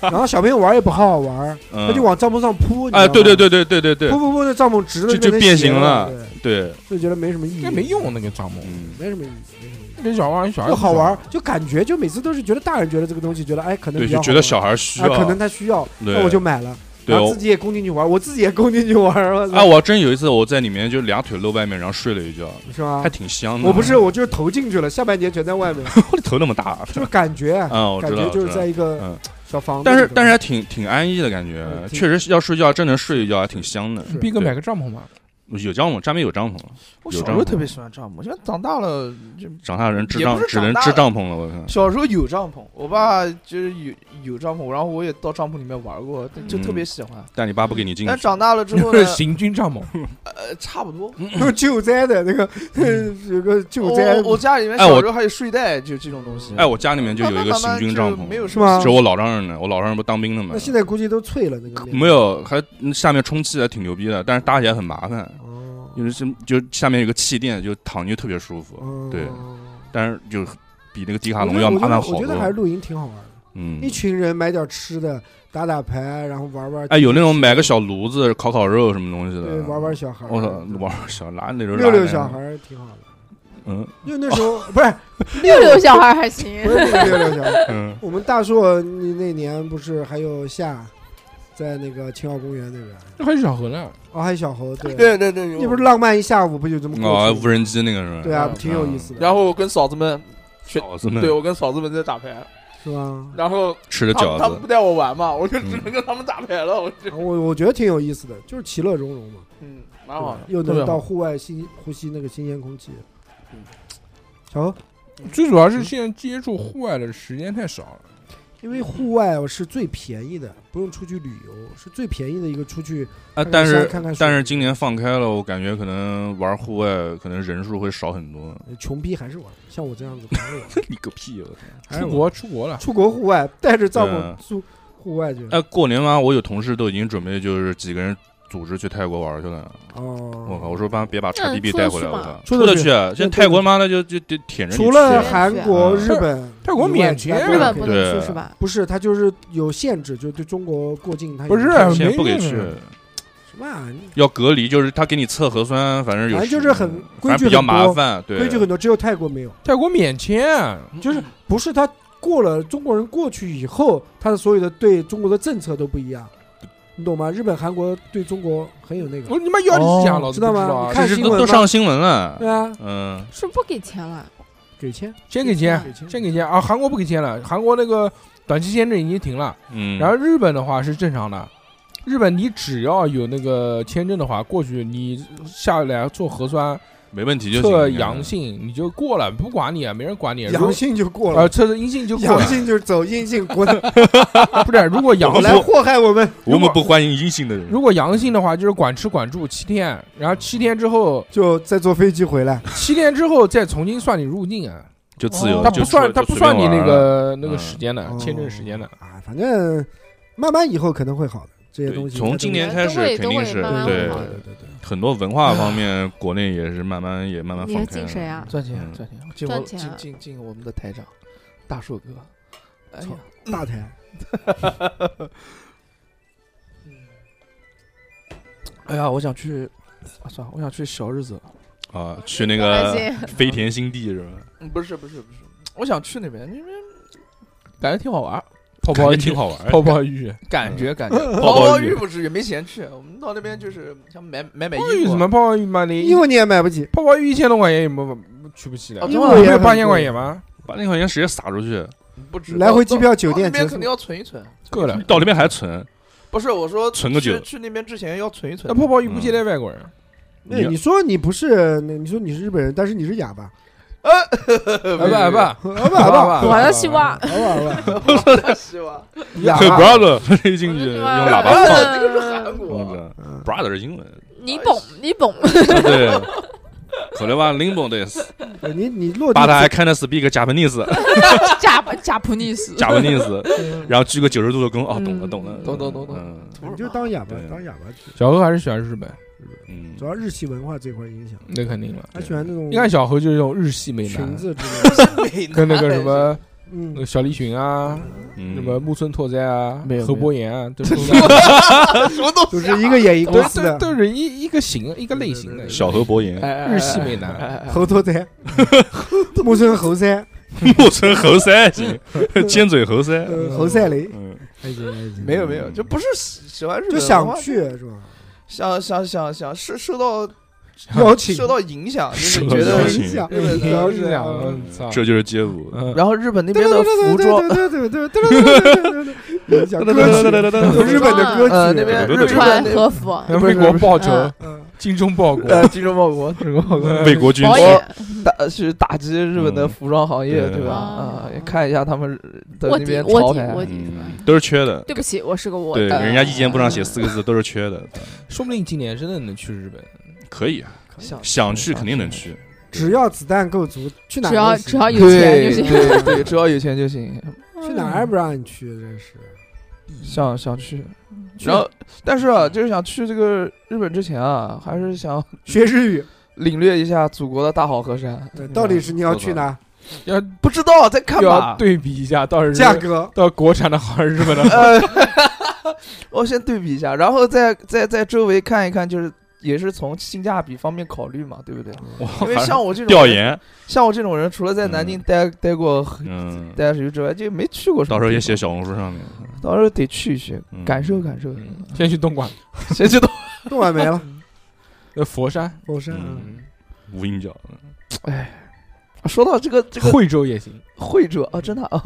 然后小朋友玩也不好好玩，嗯，他就往帐篷上扑，你知道哎，吗对对，对对对对对扑扑扑，那帐篷直的就就变形了对对，就觉得没什么意义，那没，用那个帐篷，嗯，没什么意义，没什么意义。那小玩意儿小孩不儿好玩，就感觉就每次都是觉得大人觉得这个东西觉得哎可能对，比就较好觉得小孩需玩要，哎可能他需要，对，那我就买了，对然后我自己也攻进去玩，我自己也攻进去玩，我操哎，我真有一次我在里面就两腿露外面，然后睡了一觉，是吗还？挺香的。我不是，我就是头进去了，下半截全在外面，我 的头那么大，就是 感觉 啊，嗯，我感知道，觉就我是知道在一个嗯小房子但里是头，但是还挺挺安逸的感觉嗯，挺确实要睡觉真能睡一觉，还挺香的。是逼哥对买个帐篷嘛，有帐篷，家里面有帐篷了，我有小时帐候篷嗯特别喜欢帐篷，现在长大了就长大的人支也帐不是只能长大支了帐篷了，我看。小时候有帐篷，我爸就是有有帐篷，然后我也到帐篷里面玩过，就嗯特别喜欢。但你爸不给你进但去，长大了之 后 呢，行军帐篷，呃，差不多。是救灾的 那个有个救灾 我，我家里面哎我小时候还有睡袋，就这种东西。哎，我家里面就有一个慢慢慢行慢军就帐篷，没有是是吗我老丈人的，我老丈人不当兵的嘛那，现在估计都脆了那个面没有，还嗯下面充气还挺牛逼的，但是搭起来很麻烦，哦，因为是就下面有个气垫，就躺进去特别舒服，哦对我但是就比那个迪卡觉得侬要麻烦好我觉得还是多。露营挺好玩的，嗯一，群人买点吃的，打打牌，然后玩玩，哎，有那种买个小炉子烤烤肉什么东西对的，啊玩玩小孩儿，我操，玩小拿那时候遛拿遛那小孩，儿挺 好的。嗯因为那时候不是六六小孩还行不，是那个六六小孩，嗯，我们大硕那那年不是还有夏，在那个青奥公园那边，那还是小河呢，哦还有小猴，对，对对对，你不是浪漫一下午不就这么啊，过去无了？人机那个是吧？嗯对啊，嗯挺有意思的。然后我跟嫂子们，饺子呢？对我跟嫂子们在打牌，是嗯吧？然后吃的他们他饺们子嗯不，带我玩嘛，我就 只能跟他们打牌了。我就我我觉得挺有意思的，就是其乐融融嘛，嗯，蛮对好吧的，又特别能好到户外新呼吸那个新鲜空气嗯。小何，最主要是现在接触户外的时间太少了。因为户外哦是最便宜的，不用出去旅游，是最便宜的一个出去啊看看，但山是看看水但是今年放开了，我感觉可能玩户外可能人数会少很多。呃穷逼还是玩，像我这样子还是玩， 你个屁！啊我操！还是出玩国出国了，出国户外， 带着帐嗯篷出户外去。哎，过年嘛，我有同事都已经准备就是几个人组织去泰国玩去了。哦，我靠！我说妈别把那叉 D B 出得带回去来，我吗操！出出得得去去，现在泰国妈的就就就舔着你除去了啊韩国、嗯日本，泰国以外免其他签国日家本不可以去能对去是吧？不是，它就是有限制，就对中国过境它有不是限制现在不给啊没那去个，什么啊？你要隔离，就是他给你测核酸，反正有反正时就是很规反正矩比较很多麻烦，对啊规矩很多，只有泰国没有，泰国免签，就是不是它过了中国人过去以后，它的所有的对中国的政策都不一样，你懂吗？日本、韩国对中国很有那个，我他妈要你讲，哦老子知不啊道吗你看这是新都闻都吧上新闻了对，啊，嗯，是不给钱了？给钱，先给签，给钱，先给签啊！韩国不给签了，韩国那个短期签证已经停了。嗯，然后日本的话是正常的，日本你只要有那个签证的话，过去你下来做核酸没问题就行测阳，性，你就过了，不管你啊，没人管你。阳性就过了呃，，测阴性就过阳了，性就是走，阴性滚，不是？如果阳来性，祸害我们我们不欢迎阴性的人。如果阳性的话，就是管吃管住七天，然后七天之后，就再坐飞机回来。七天之后再重新算你入境啊，就自由，他哦就不算，出他来不算你那，个那嗯个时间的哦签证时间的。啊，反正慢慢以后可能会好的，这就随便玩些东西从今年都开始会肯都定会是慢慢对好对很多文啊化方面，国内也是慢慢也慢慢你放是开进了。谁啊？赚钱嗯赚钱，进赚我钱进啊进进我们的台长，大硕哥，哎呀操，大台，哎呀，我想去，啊算了，我想去小日子。啊？去那安个心， 飞田新地是吧？ 嗯不是不是不是，我想去那边，那边感觉挺好玩儿，泡感泡觉浴，挺好玩儿的，泡 泡浴，感觉感觉。嗯泡泡浴浴不至于，没钱去。我们到那边就是想买买买泡泡浴衣什服么啊，泡泡浴嘛？你衣服你也买不起，泡泡浴一千多块钱有没有去不起的哦？衣真服的不吗也是很八千贵块钱吗？把那个块钱直接撒出去，不止。来回机票到酒到店那边结肯束定要存一存。够 了。到那边还存，不是我说存个去酒去那边之前要存一那啊存。嗯 泡泡浴不接待外国人，那你说你不是，那你说你是日本人，但是你是哑巴，哎不哎不，啊好吧好吧我的西瓜，好吧好吧，是吧？哑嘿巴， brother 一进去用喇叭放，那个是 韩那国，个嗯 brother 是英文，你蹦你蹦，对，可能吧 l i n b o this， 对你你落地把他还 can speak Japanese 假假普尼斯， Japanese，然后鞠个九十度的躬，哦，懂了嗯懂了，懂懂懂懂嗯你就当哑巴对当哑巴去，小何还是喜欢日本，嗯主，要日系文化这块影响，那肯定了。他喜欢那种你看小何就是这种日系美裙男，子之 类的，跟那个什么那嗯个，小栗旬啊，嗯什么木村拓哉啊没有，何没有博言啊，都 是什么东西？就是一个演艺公都司是的都是一一个型一个类型的。小何伯言，哎日系美男猴头仔，木村猴塞，木村猴塞行，尖嘴猴塞，呃猴塞雷，嗯，哎行哎行没有没有，就不是喜喜欢日本就文化，想去是吧？想想想想受受到邀请受到影响，就是受觉到得邀请影响日本主要是嗯这样，嗯嗯操，这就是街舞。嗯然后日本那边的服装，对对对对对对对，影响歌曲，有日本的歌曲，呃，那边对日对对日穿本和服，然后为国报仇，嗯嗯， 精忠报国那，哎呃，精忠报国，精忠报国， 为国军导服，演打呃去打击日本的服装行业，嗯对吧？对啊，也看一下他们的卧那底边卧潮底牌啊卧，底嗯，都是缺的。对不起，我是个我对，呃人家意见簿上写四个字都是缺的，说不定今年真的能去日本。可以啊，想想去肯定能去。只要子弹够足，去哪只要儿只要有钱对就行。 对对，只要有钱就行，去哪儿不让你去，真是想想去。去然后，但是啊，就是想去这个日本之前啊，还是想学日语，领略一下祖国的大好河山。对，吧到底是你要去哪，要不知道，再看要吧。 对比一下，到底价是格，到国产的好还是日本的好？呃， 我先对比一下，然后再再在周围看一看，就是也是从性价比方面考虑嘛，对不对？因为像我这种嗯调人，研，像我这种人，除了在南京待待过嗯，待时之外，就没去过什么地方。到时候也写小红书上面。到时候得去一去嗯，感受感 受。嗯先去东莞，谁知道？动完没了，呃，佛山，佛山，嗯嗯无影脚，哎， 说到这个这个惠州也行。会者啊，真的啊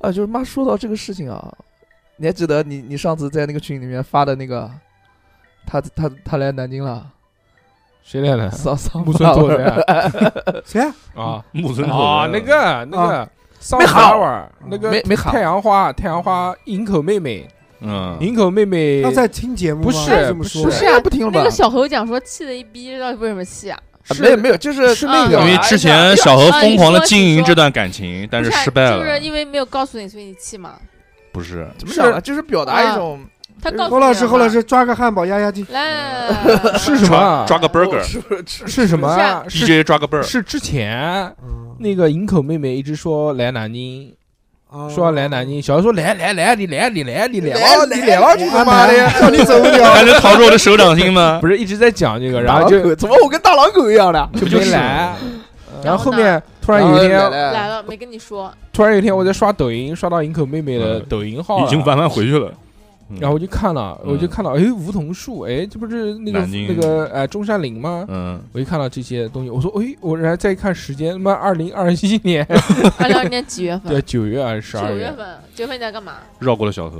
啊，就是妈说到这个事情啊，你还记得你你上次在那个群里面发的那个，他他他来南京了，谁来嗯的？桑桑木村拓哉 哎啊谁啊？啊木村啊，那个那个桑啊没塔好尔，那个没没好太阳花，太阳花，营口妹妹，嗯，营口妹妹要在听节目吗？不是这么说不不是是啊，不听了吧那个？小猴讲说气的一逼，到底为什么气啊？ 是没有没有，就是哎是那因个为之前小何疯狂的经营这段感情，但不是是啊失败就是了，因为没有告诉你，所以你气嘛。不是怎么讲呢？就是表达一种啊他告诉你侯老师，了嘛侯老，师抓个汉堡压压惊，来是什么啊？抓个我 burger，DJ 是不是吃是什么啊？是抓个 burger，是之前嗯那个营口妹妹一直说来南京，啊说要来南京，小何说来来来，你来你来你来吧，来你来吧，去他安妈哎的！排叫你走不了，啊还能逃出我的手掌心吗？ 不是一直在讲这个，然大后狼就狗？怎么我跟大狼狗一样的？就就没是来。然然后后后呢面突然有一然天，后奶奶来了没跟你说，突然有一天我在刷抖音，刷到营口妹妹的抖音号嗯了，已经晚晚回去了，嗯哦然后我就看了，嗯我就看到，哎，梧桐树，哎，这不是那个南京那个哎中山陵吗？嗯，我一看到这些东西，我说，哎，我然后再一看时间，他妈二零二一年二零二年几月份对，？九月还是十二九月？份，九月份你在干嘛？绕过了小何，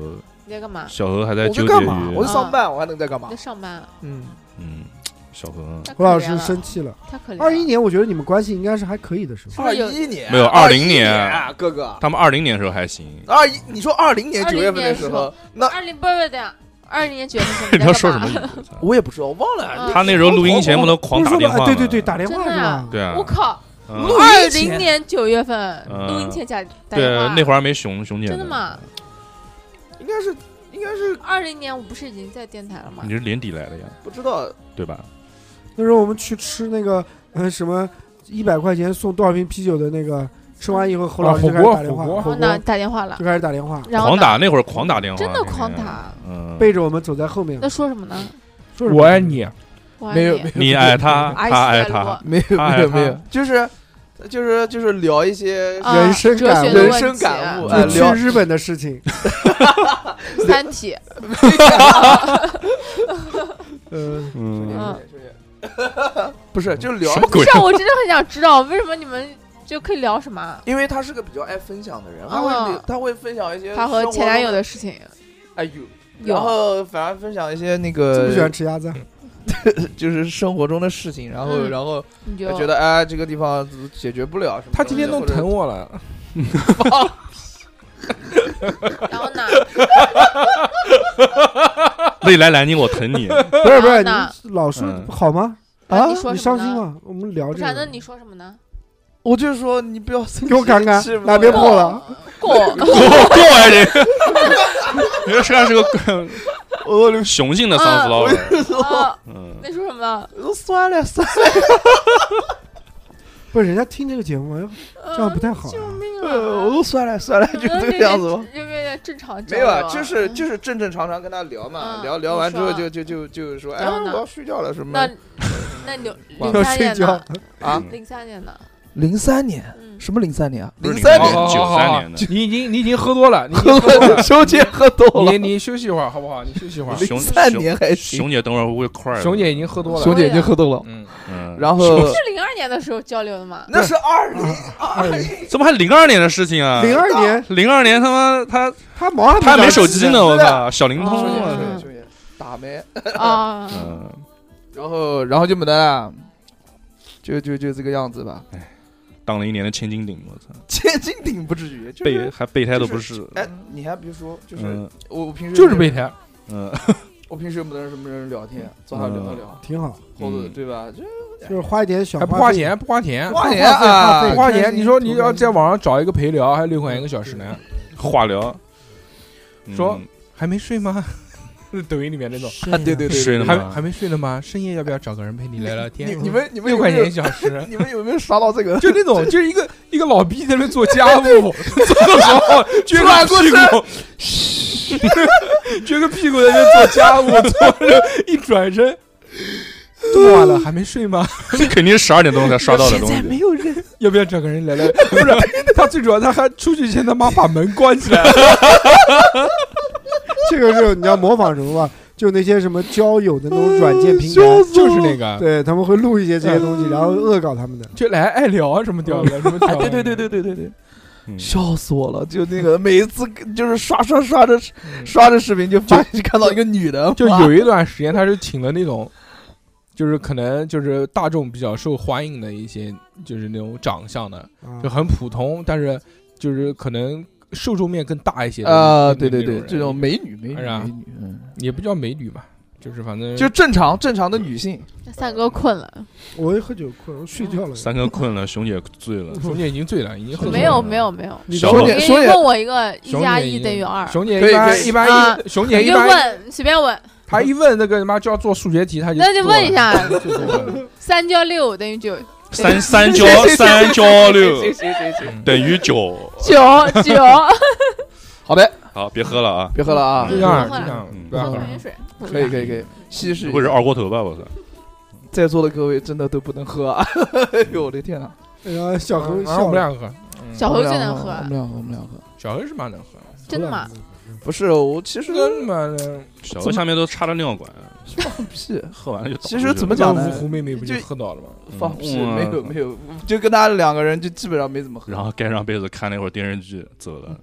你在干嘛？小何还在我在纠结干嘛？我于在上啊班，我还能在干嘛你在？上班？啊嗯，嗯，小何啊太侯老可怜师了生气了。太可怜了。二一年，我觉得你们关系应该是还可以的时候。是不是有一年没有20年21哥啊哥。他们二零年的时候还行，二一，你说二零年20九月份年的的时时候候，那二零不不对，二零年九月份 你你要说在什干嘛？么？我也不知道，我忘了嗯。他那时候录音节目都狂不是打说电吧话嘛，对对对，打电话真是的啊吧？对啊我，靠！嗯二零年九月份嗯录音前打打对电话，那会儿还没熊熊姐，真的？吗？应该是，应该是二零年我不是已经在电台了吗你？是年底来的呀，不知道。对吧？那时候我们去吃那个呃什么一百块钱送多少瓶啤酒的那个，吃完以后侯老师就开始打电话，啊火锅然后火锅呢，打电话了就，开始打电话，然后狂呢，打那会儿狂打电话，真的狂打。嗯，背着我们走在后面那。说什么呢？说什么我爱你，啊我爱没有你没有你爱他，爱他爱死他我，没他有没爱有哎他没有，就是，就是就是聊一些啊 人生哲学感的人问生题啊感悟，就哎，去聊日本的事情，三体，呃，嗯，嗯， 不是就聊什，么不 鬼是？啊，我真的很想知道为什么你们就可以聊什么啊？因为他是个比较爱分享的人，他嗯会他会分享一些她和前男友的，的事情，哎呦，有然后反而分享一这些那这个么喜欢吃鸭子啊，就是生活中的事情，然后、嗯然后你就觉得哎这个地方解决不了什么东西，他今天弄或者疼我了，然 后呢？未来南京，我疼 你。不是不是，然后呢你老说嗯好吗？哦那啊，你说什么呢伤心吗？我们聊不这是啊，那个，你说什么呢？我就说你不要生气给我看看气不哪边过破了， 过，过过呀你，你这实际上是个我就雄性的 sunflower。说啊嗯，那说什么呢？我酸了酸不是人家听这个节目，哎这样嗯不太好啊救命了，呃我啊！都酸了酸了，就这个样子吗？嗯这边正常交没流有啊，啊，就是就是正正常常跟他聊嘛，嗯聊聊完之后我就说就就就是说，哎，然后我呢要睡觉了什么那那零晚零要三睡年觉呢？。嗯啊？零三年呢？零三年嗯，什么零三年啊？不是三好年好好好九三年的你已经你已经喝多了，你已经喝喝多了，了，收钱喝多了你，你休息一会儿好不好？你休息一会儿，熊零三年还行，熊姐等会儿会快的。熊姐已经喝多了熊，姐已经喝多了。嗯，嗯，然后是零二年的时候交流的嘛？那是二零怎么还零二年的事情啊？零二年零二年他妈他他毛还他还没手机呢，我是靠，小灵哦通熊姐，啊。熊姐，熊姐，打没？啊，嗯，然后然后就没得了，就就就这个样子吧。当了一年的千斤顶，我操，千斤顶不至于，就备是还备胎都就不是。哎，你还别说，就是嗯我我平时就是备胎， 嗯，我平时没得什么人聊天，找他聊一聊，挺好，或者嗯对吧？就就是花一点小还不花花费，钱，不花钱，花费钱啊花不费花钱。你说你要在网上找一个陪聊，还六块钱一个小时呢，化疗，嗯说还没睡吗？ 抖音里面那种，是啊，对对对，睡了还吗还没睡呢吗？深夜要不要找个人陪你聊聊你天？你们你们六有块没钱一有？，小时你们有没有刷到这 个？就那种，就是一个一个老逼在那边做家务， 做的时候撅个屁 股，撅个屁股在那边做家务，做着一转 身，这么晚了还没睡吗？ 这 肯定是十二点钟才刷到的东西。有人，要不要找个人聊 聊？不是，他最主要他还出去前他妈把门关起 来， 这个是你要模仿什么吧？就那些什么交友的那种软件哎平台，就是那个，对他们会录一些这些东嗯西，然后恶搞他们的。就来爱聊啊什么 屌的什么屌啊，的，对对对对对对对，嗯笑死我了！就那个每一次就是刷刷刷着刷着视频，就发现看到一个女的，就哇有一段时间，他是请了那种，就是可能就是大众比较受欢迎的一些，就是那种长相的，啊就很普通，但是就是可能受众面更大一些的啊，那对对那对，人这种美女美女是啊美女，嗯，也不叫美女吧，就是反正就正常正常的女性，三哥困了，我一喝酒困，我睡觉了。嗯三哥困了，熊姐醉了， 熊姐已经醉了，已经喝醉了没有没有没有。你小等会姐儿你熊姐问我一个一熊姐加已一经等于二，熊姐可一以般可以一般啊一熊姐你一就般问随便问，她一问那个什么就要做数学题，她就那就做问一了 下，就做了三加六等于九，三三 交三交六等于九。九九，好的，好，别喝了啊，别喝了啊这， 样这样嗯不要喝嗯了没水，可以可以可以，稀释不一会是下。二锅头吧？我操！在座的各位真的都不能喝 啊！哎呦我的天哪，然后哎小然何后我笑们了，两个喝，嗯小我猴们最俩能喝，我喝啊们，俩喝，我们俩喝。小何是蛮能喝的，真的嗯吗？不是我，其这实个他妈的小河下面都插着尿管，啊放屁，喝完了就倒出去其了。实怎么让讲芜呢？湖妹妹不就就喝到了吗？放屁，嗯没有没有，就跟他两个人就基本上没怎么喝。然后盖上被子看了一会儿电视剧，走了。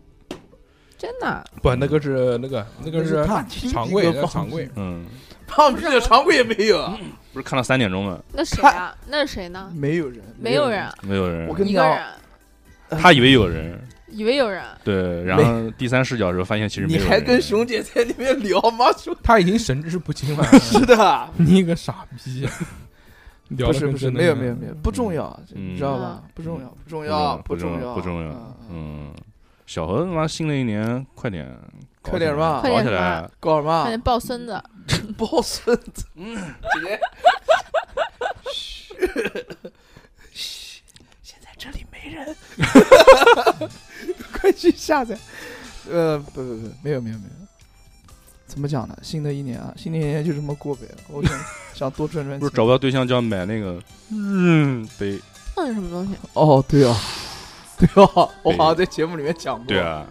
真的，不，那个是那个那个那是是他 常规，那个个常规。嗯，放屁的常规也没有啊，不是看到三点钟了，那谁啊？那是谁呢？没有人，没有人，，没有人啊我。嗯跟一你个讲，人，他以为有人，以为有人，对，然后第三视角的时候发现其实没你有人。还跟熊姐在那边聊吗？熊他已经神志不清了。 是的，你个傻逼！聊不得是跟不是，真的没有一样没有没有，不重要，嗯你知道吧？不重嗯要，不重要，不重重要要，不重要嗯嗯嗯，小何他妈新的一年，快点，搞快点起来吧搞快起点吧来。啊搞什快点么？啊抱孙子，抱孙子，姐姐，现在这里没人， 快去下载。呃，不不不，没有没有没有。怎么讲呢？新的一年啊，新的一年就这么过呗。我想想多赚赚不钱是。找不到对象就要买那个嗯杯，那是什么东西？哦，对 啊，对啊，我好像在节目里面讲过。对，啊，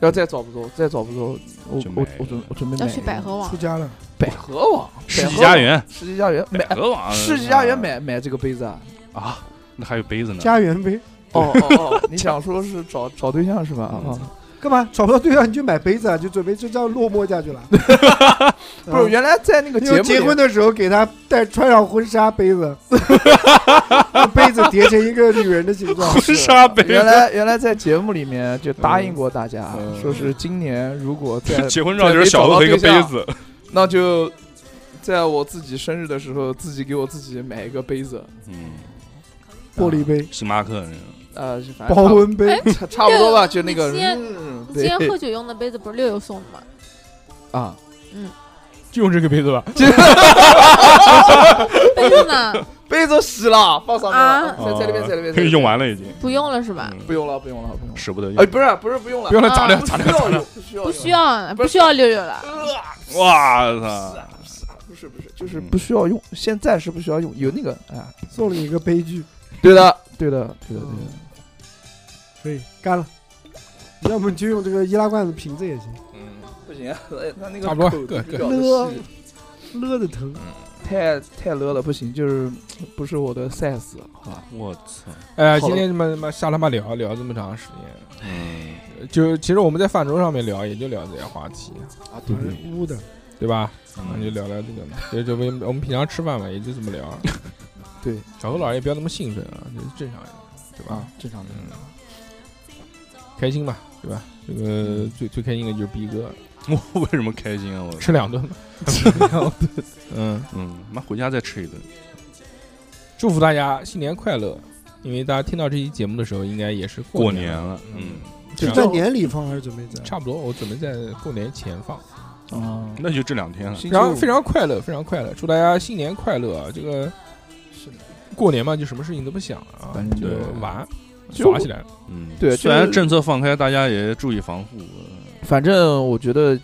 要再找不着，再找不着，我就买我一个我准我准备要买去一个百合网出，家了，百合网世纪佳，缘，世纪佳缘买百合网，世纪佳缘买买这个杯子啊？啊，那还有杯子呢，家园杯哦哦哦， 你想说是找找对象是吧？啊，干嘛？找不到对象你就买杯子啊，就准备就这样落寞下去了。 不是，原来在那个节就目结里婚的时候给她带穿上婚纱杯子， 那杯子叠成一个女人的形啊状。婚纱杯原来原来在节目里面就答应过大家，嗯说是今年如果 在结婚照就是小何和一个杯子，那就在我自己生日的时候，自己给我自己买一个杯子，嗯，玻璃杯、星巴克那种。呃，就反正保温杯哎，差差不多吧，就那你个今天嗯你今天对喝酒用的杯子不是六友送的吗？啊，就用这个杯 子吧。杯子呢？杯子洗了，放上面了啊，在在那边，在那边，在可以那边哦 用完了已经，嗯不用了是吧？不用了，不用了，不用了。舍不得哎，用。不是不是不用了，不用了，咋啊的？不咋需的？要用，不需要用，不需要，嗯不不是嗯需要六六了。哇啊操！不是不是，就是嗯不需要用，现在是不需要用，有那个啊，送了一个悲剧，对的，嗯对的，对的，对的。可以干了。要么你就用这个易拉罐子瓶子也行，不行，哎他那个差不多口各比各较细勒勒的疼。太太勒了，不行，就是不是我的 size，好吧？我操！哎呀，好今天你们他妈瞎他妈聊聊这么长时间，嗯，就其实我们在饭桌上面聊，也就聊这些话题，啊，对污的，对吧？那就嗯聊聊这个嘛，就就我们我们平常吃饭嘛，也就这么聊。啊 对，小何老师也不要那么兴奋啊，就是正常一点，对吧啊？，正常的。嗯，开心嘛，对吧？这个嗯最最开心的就是逼 哥嗯 我为什么开心啊？我吃两顿嘛，嗯，嗯，妈回家再吃一顿。祝福大家新年快乐。因为大家听到这期节目的时候，应该也是过年年了，嗯，是在年里放还是准备在？差不多，我准备在过年前放。啊，那就这两天了。星期然后五非常快乐，非常快乐，祝大家新年快乐啊！这个是的过年嘛，就什么事情都不想了啊反，正就对玩就耍起来。嗯，对虽就然是政策放开，大家也注意防护。呃反正我觉得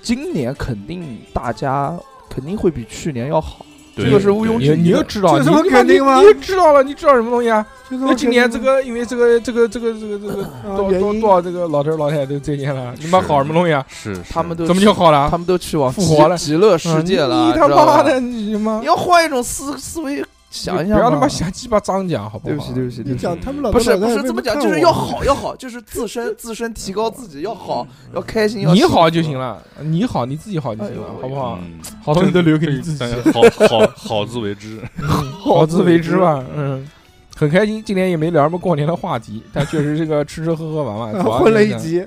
今年肯定大家肯定会比去年要好，对这个是毋庸你置疑的。你又知道，你这他妈你妈肯定吗你你知道了，你知道什么东西啊？就么那今年这个因为这个这个这个这个这个啊多原多因多少这个老头老太太都再见了，你妈是好什么东西啊？是是嗯他们都怎么就好了啊？他们都去往复活了极极乐嗯世界你了，你他知道吧妈的，你妈你要换一种思思维想一想，不要他妈。瞎鸡巴脏讲好不好？对不起，对不起，对你不起。讲他们老不是头老不太是太怎么讲，为就什是看要我好要好，就是自身自身提高自己，要好要开心，要你幸福好就行。了，你好你自己好就行了，哎呦好不好？嗯好东西都留给你 自己 大，家好好好自为之。啊好自为之吧。嗯，很开心，今天也没聊什么过年的话题，但确实这个吃吃喝喝玩 玩，主要 啊是混了一这样，集，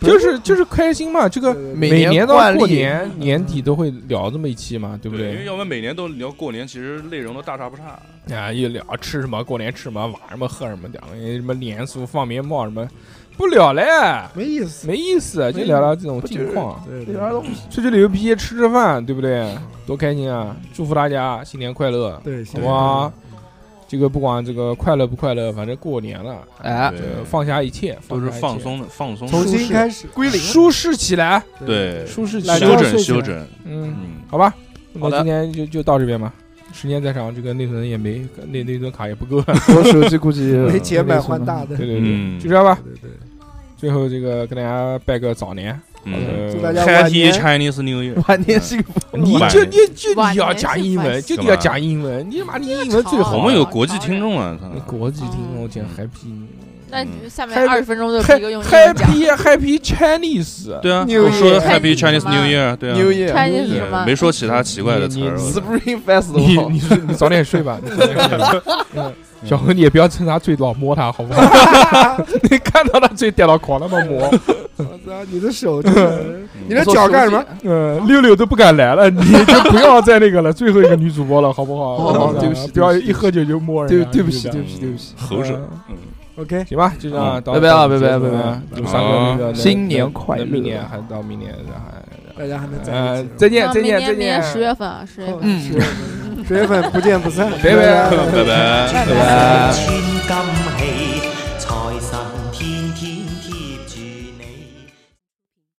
就是就是开心嘛。这个对每每年到惯过例嗯年年底都会聊这么一期嘛，对不因为对？要不然每年都聊过年，其实内容都大差不差。啊，一聊吃什么，过年吃什么，玩什么，喝什么，讲什么连锁放鞭炮什么，不聊嘞，没意思。没意思，就聊聊这种近况。对这玩意儿都不吹吹牛逼，吃吃饭，对不对？多开心啊！祝福大家新年快乐！对，好吧， 这个不管这个快乐不快乐，反正过年了，哎这个放下一切，都是下一放切，松的，放松的。重新开始归舒适起来，对，舒适起懒来觉啊修。睡起整来修整。嗯，嗯，好吧，好那的今天就就到这边吧。时间再长，这个内存也没内内存卡也不够了。我手机估计嗯没钱买换大的对。对对，嗯就这样吧。对对，最后这个跟大家拜个早年，嗯呃祝大家晚 Happy 年 Chinese New Year。晚年幸福。你晚就你就晚你要年讲是英反文，就省你要干嘛讲英文，你妈你英文最好我了。们有国际听众啊，操国际听众，我简直 happy。那嗯下面嗨二十分钟都是一个哦用英文讲。 Happy Happy Chinese，对啊， New 我说 Year Happy Chinese Chinese New Year，对啊嗯 New Year 看见是对什么？没说其他奇怪的词儿。你我 Spring 你 Festival，你睡你早点睡吧，你早点睡吧。嗯小何，你也不要趁他醉倒摸他，好不好？你看到他醉逮到狂那么摸，我操，你的手真 的，嗯你的脚干什么？嗯，六六都不敢来了，你就不要再那个了，最后一个女主播了，好不好？好好好不对不起不要一喝酒就摸人对家。对不起，就这对样不起，对不起。猴手，嗯嗯， ？OK，行吧，就这样，嗯到拜拜啊到此拜拜结束拜拜啊祝三哥那个能新年快乐能明年还到明年，还大家还能在呃一起。哦再见啊再见明再年明见年，十月份啊，十月份。嗯十月份，十月份不见不散，拜拜哎啊拜拜。七千金器，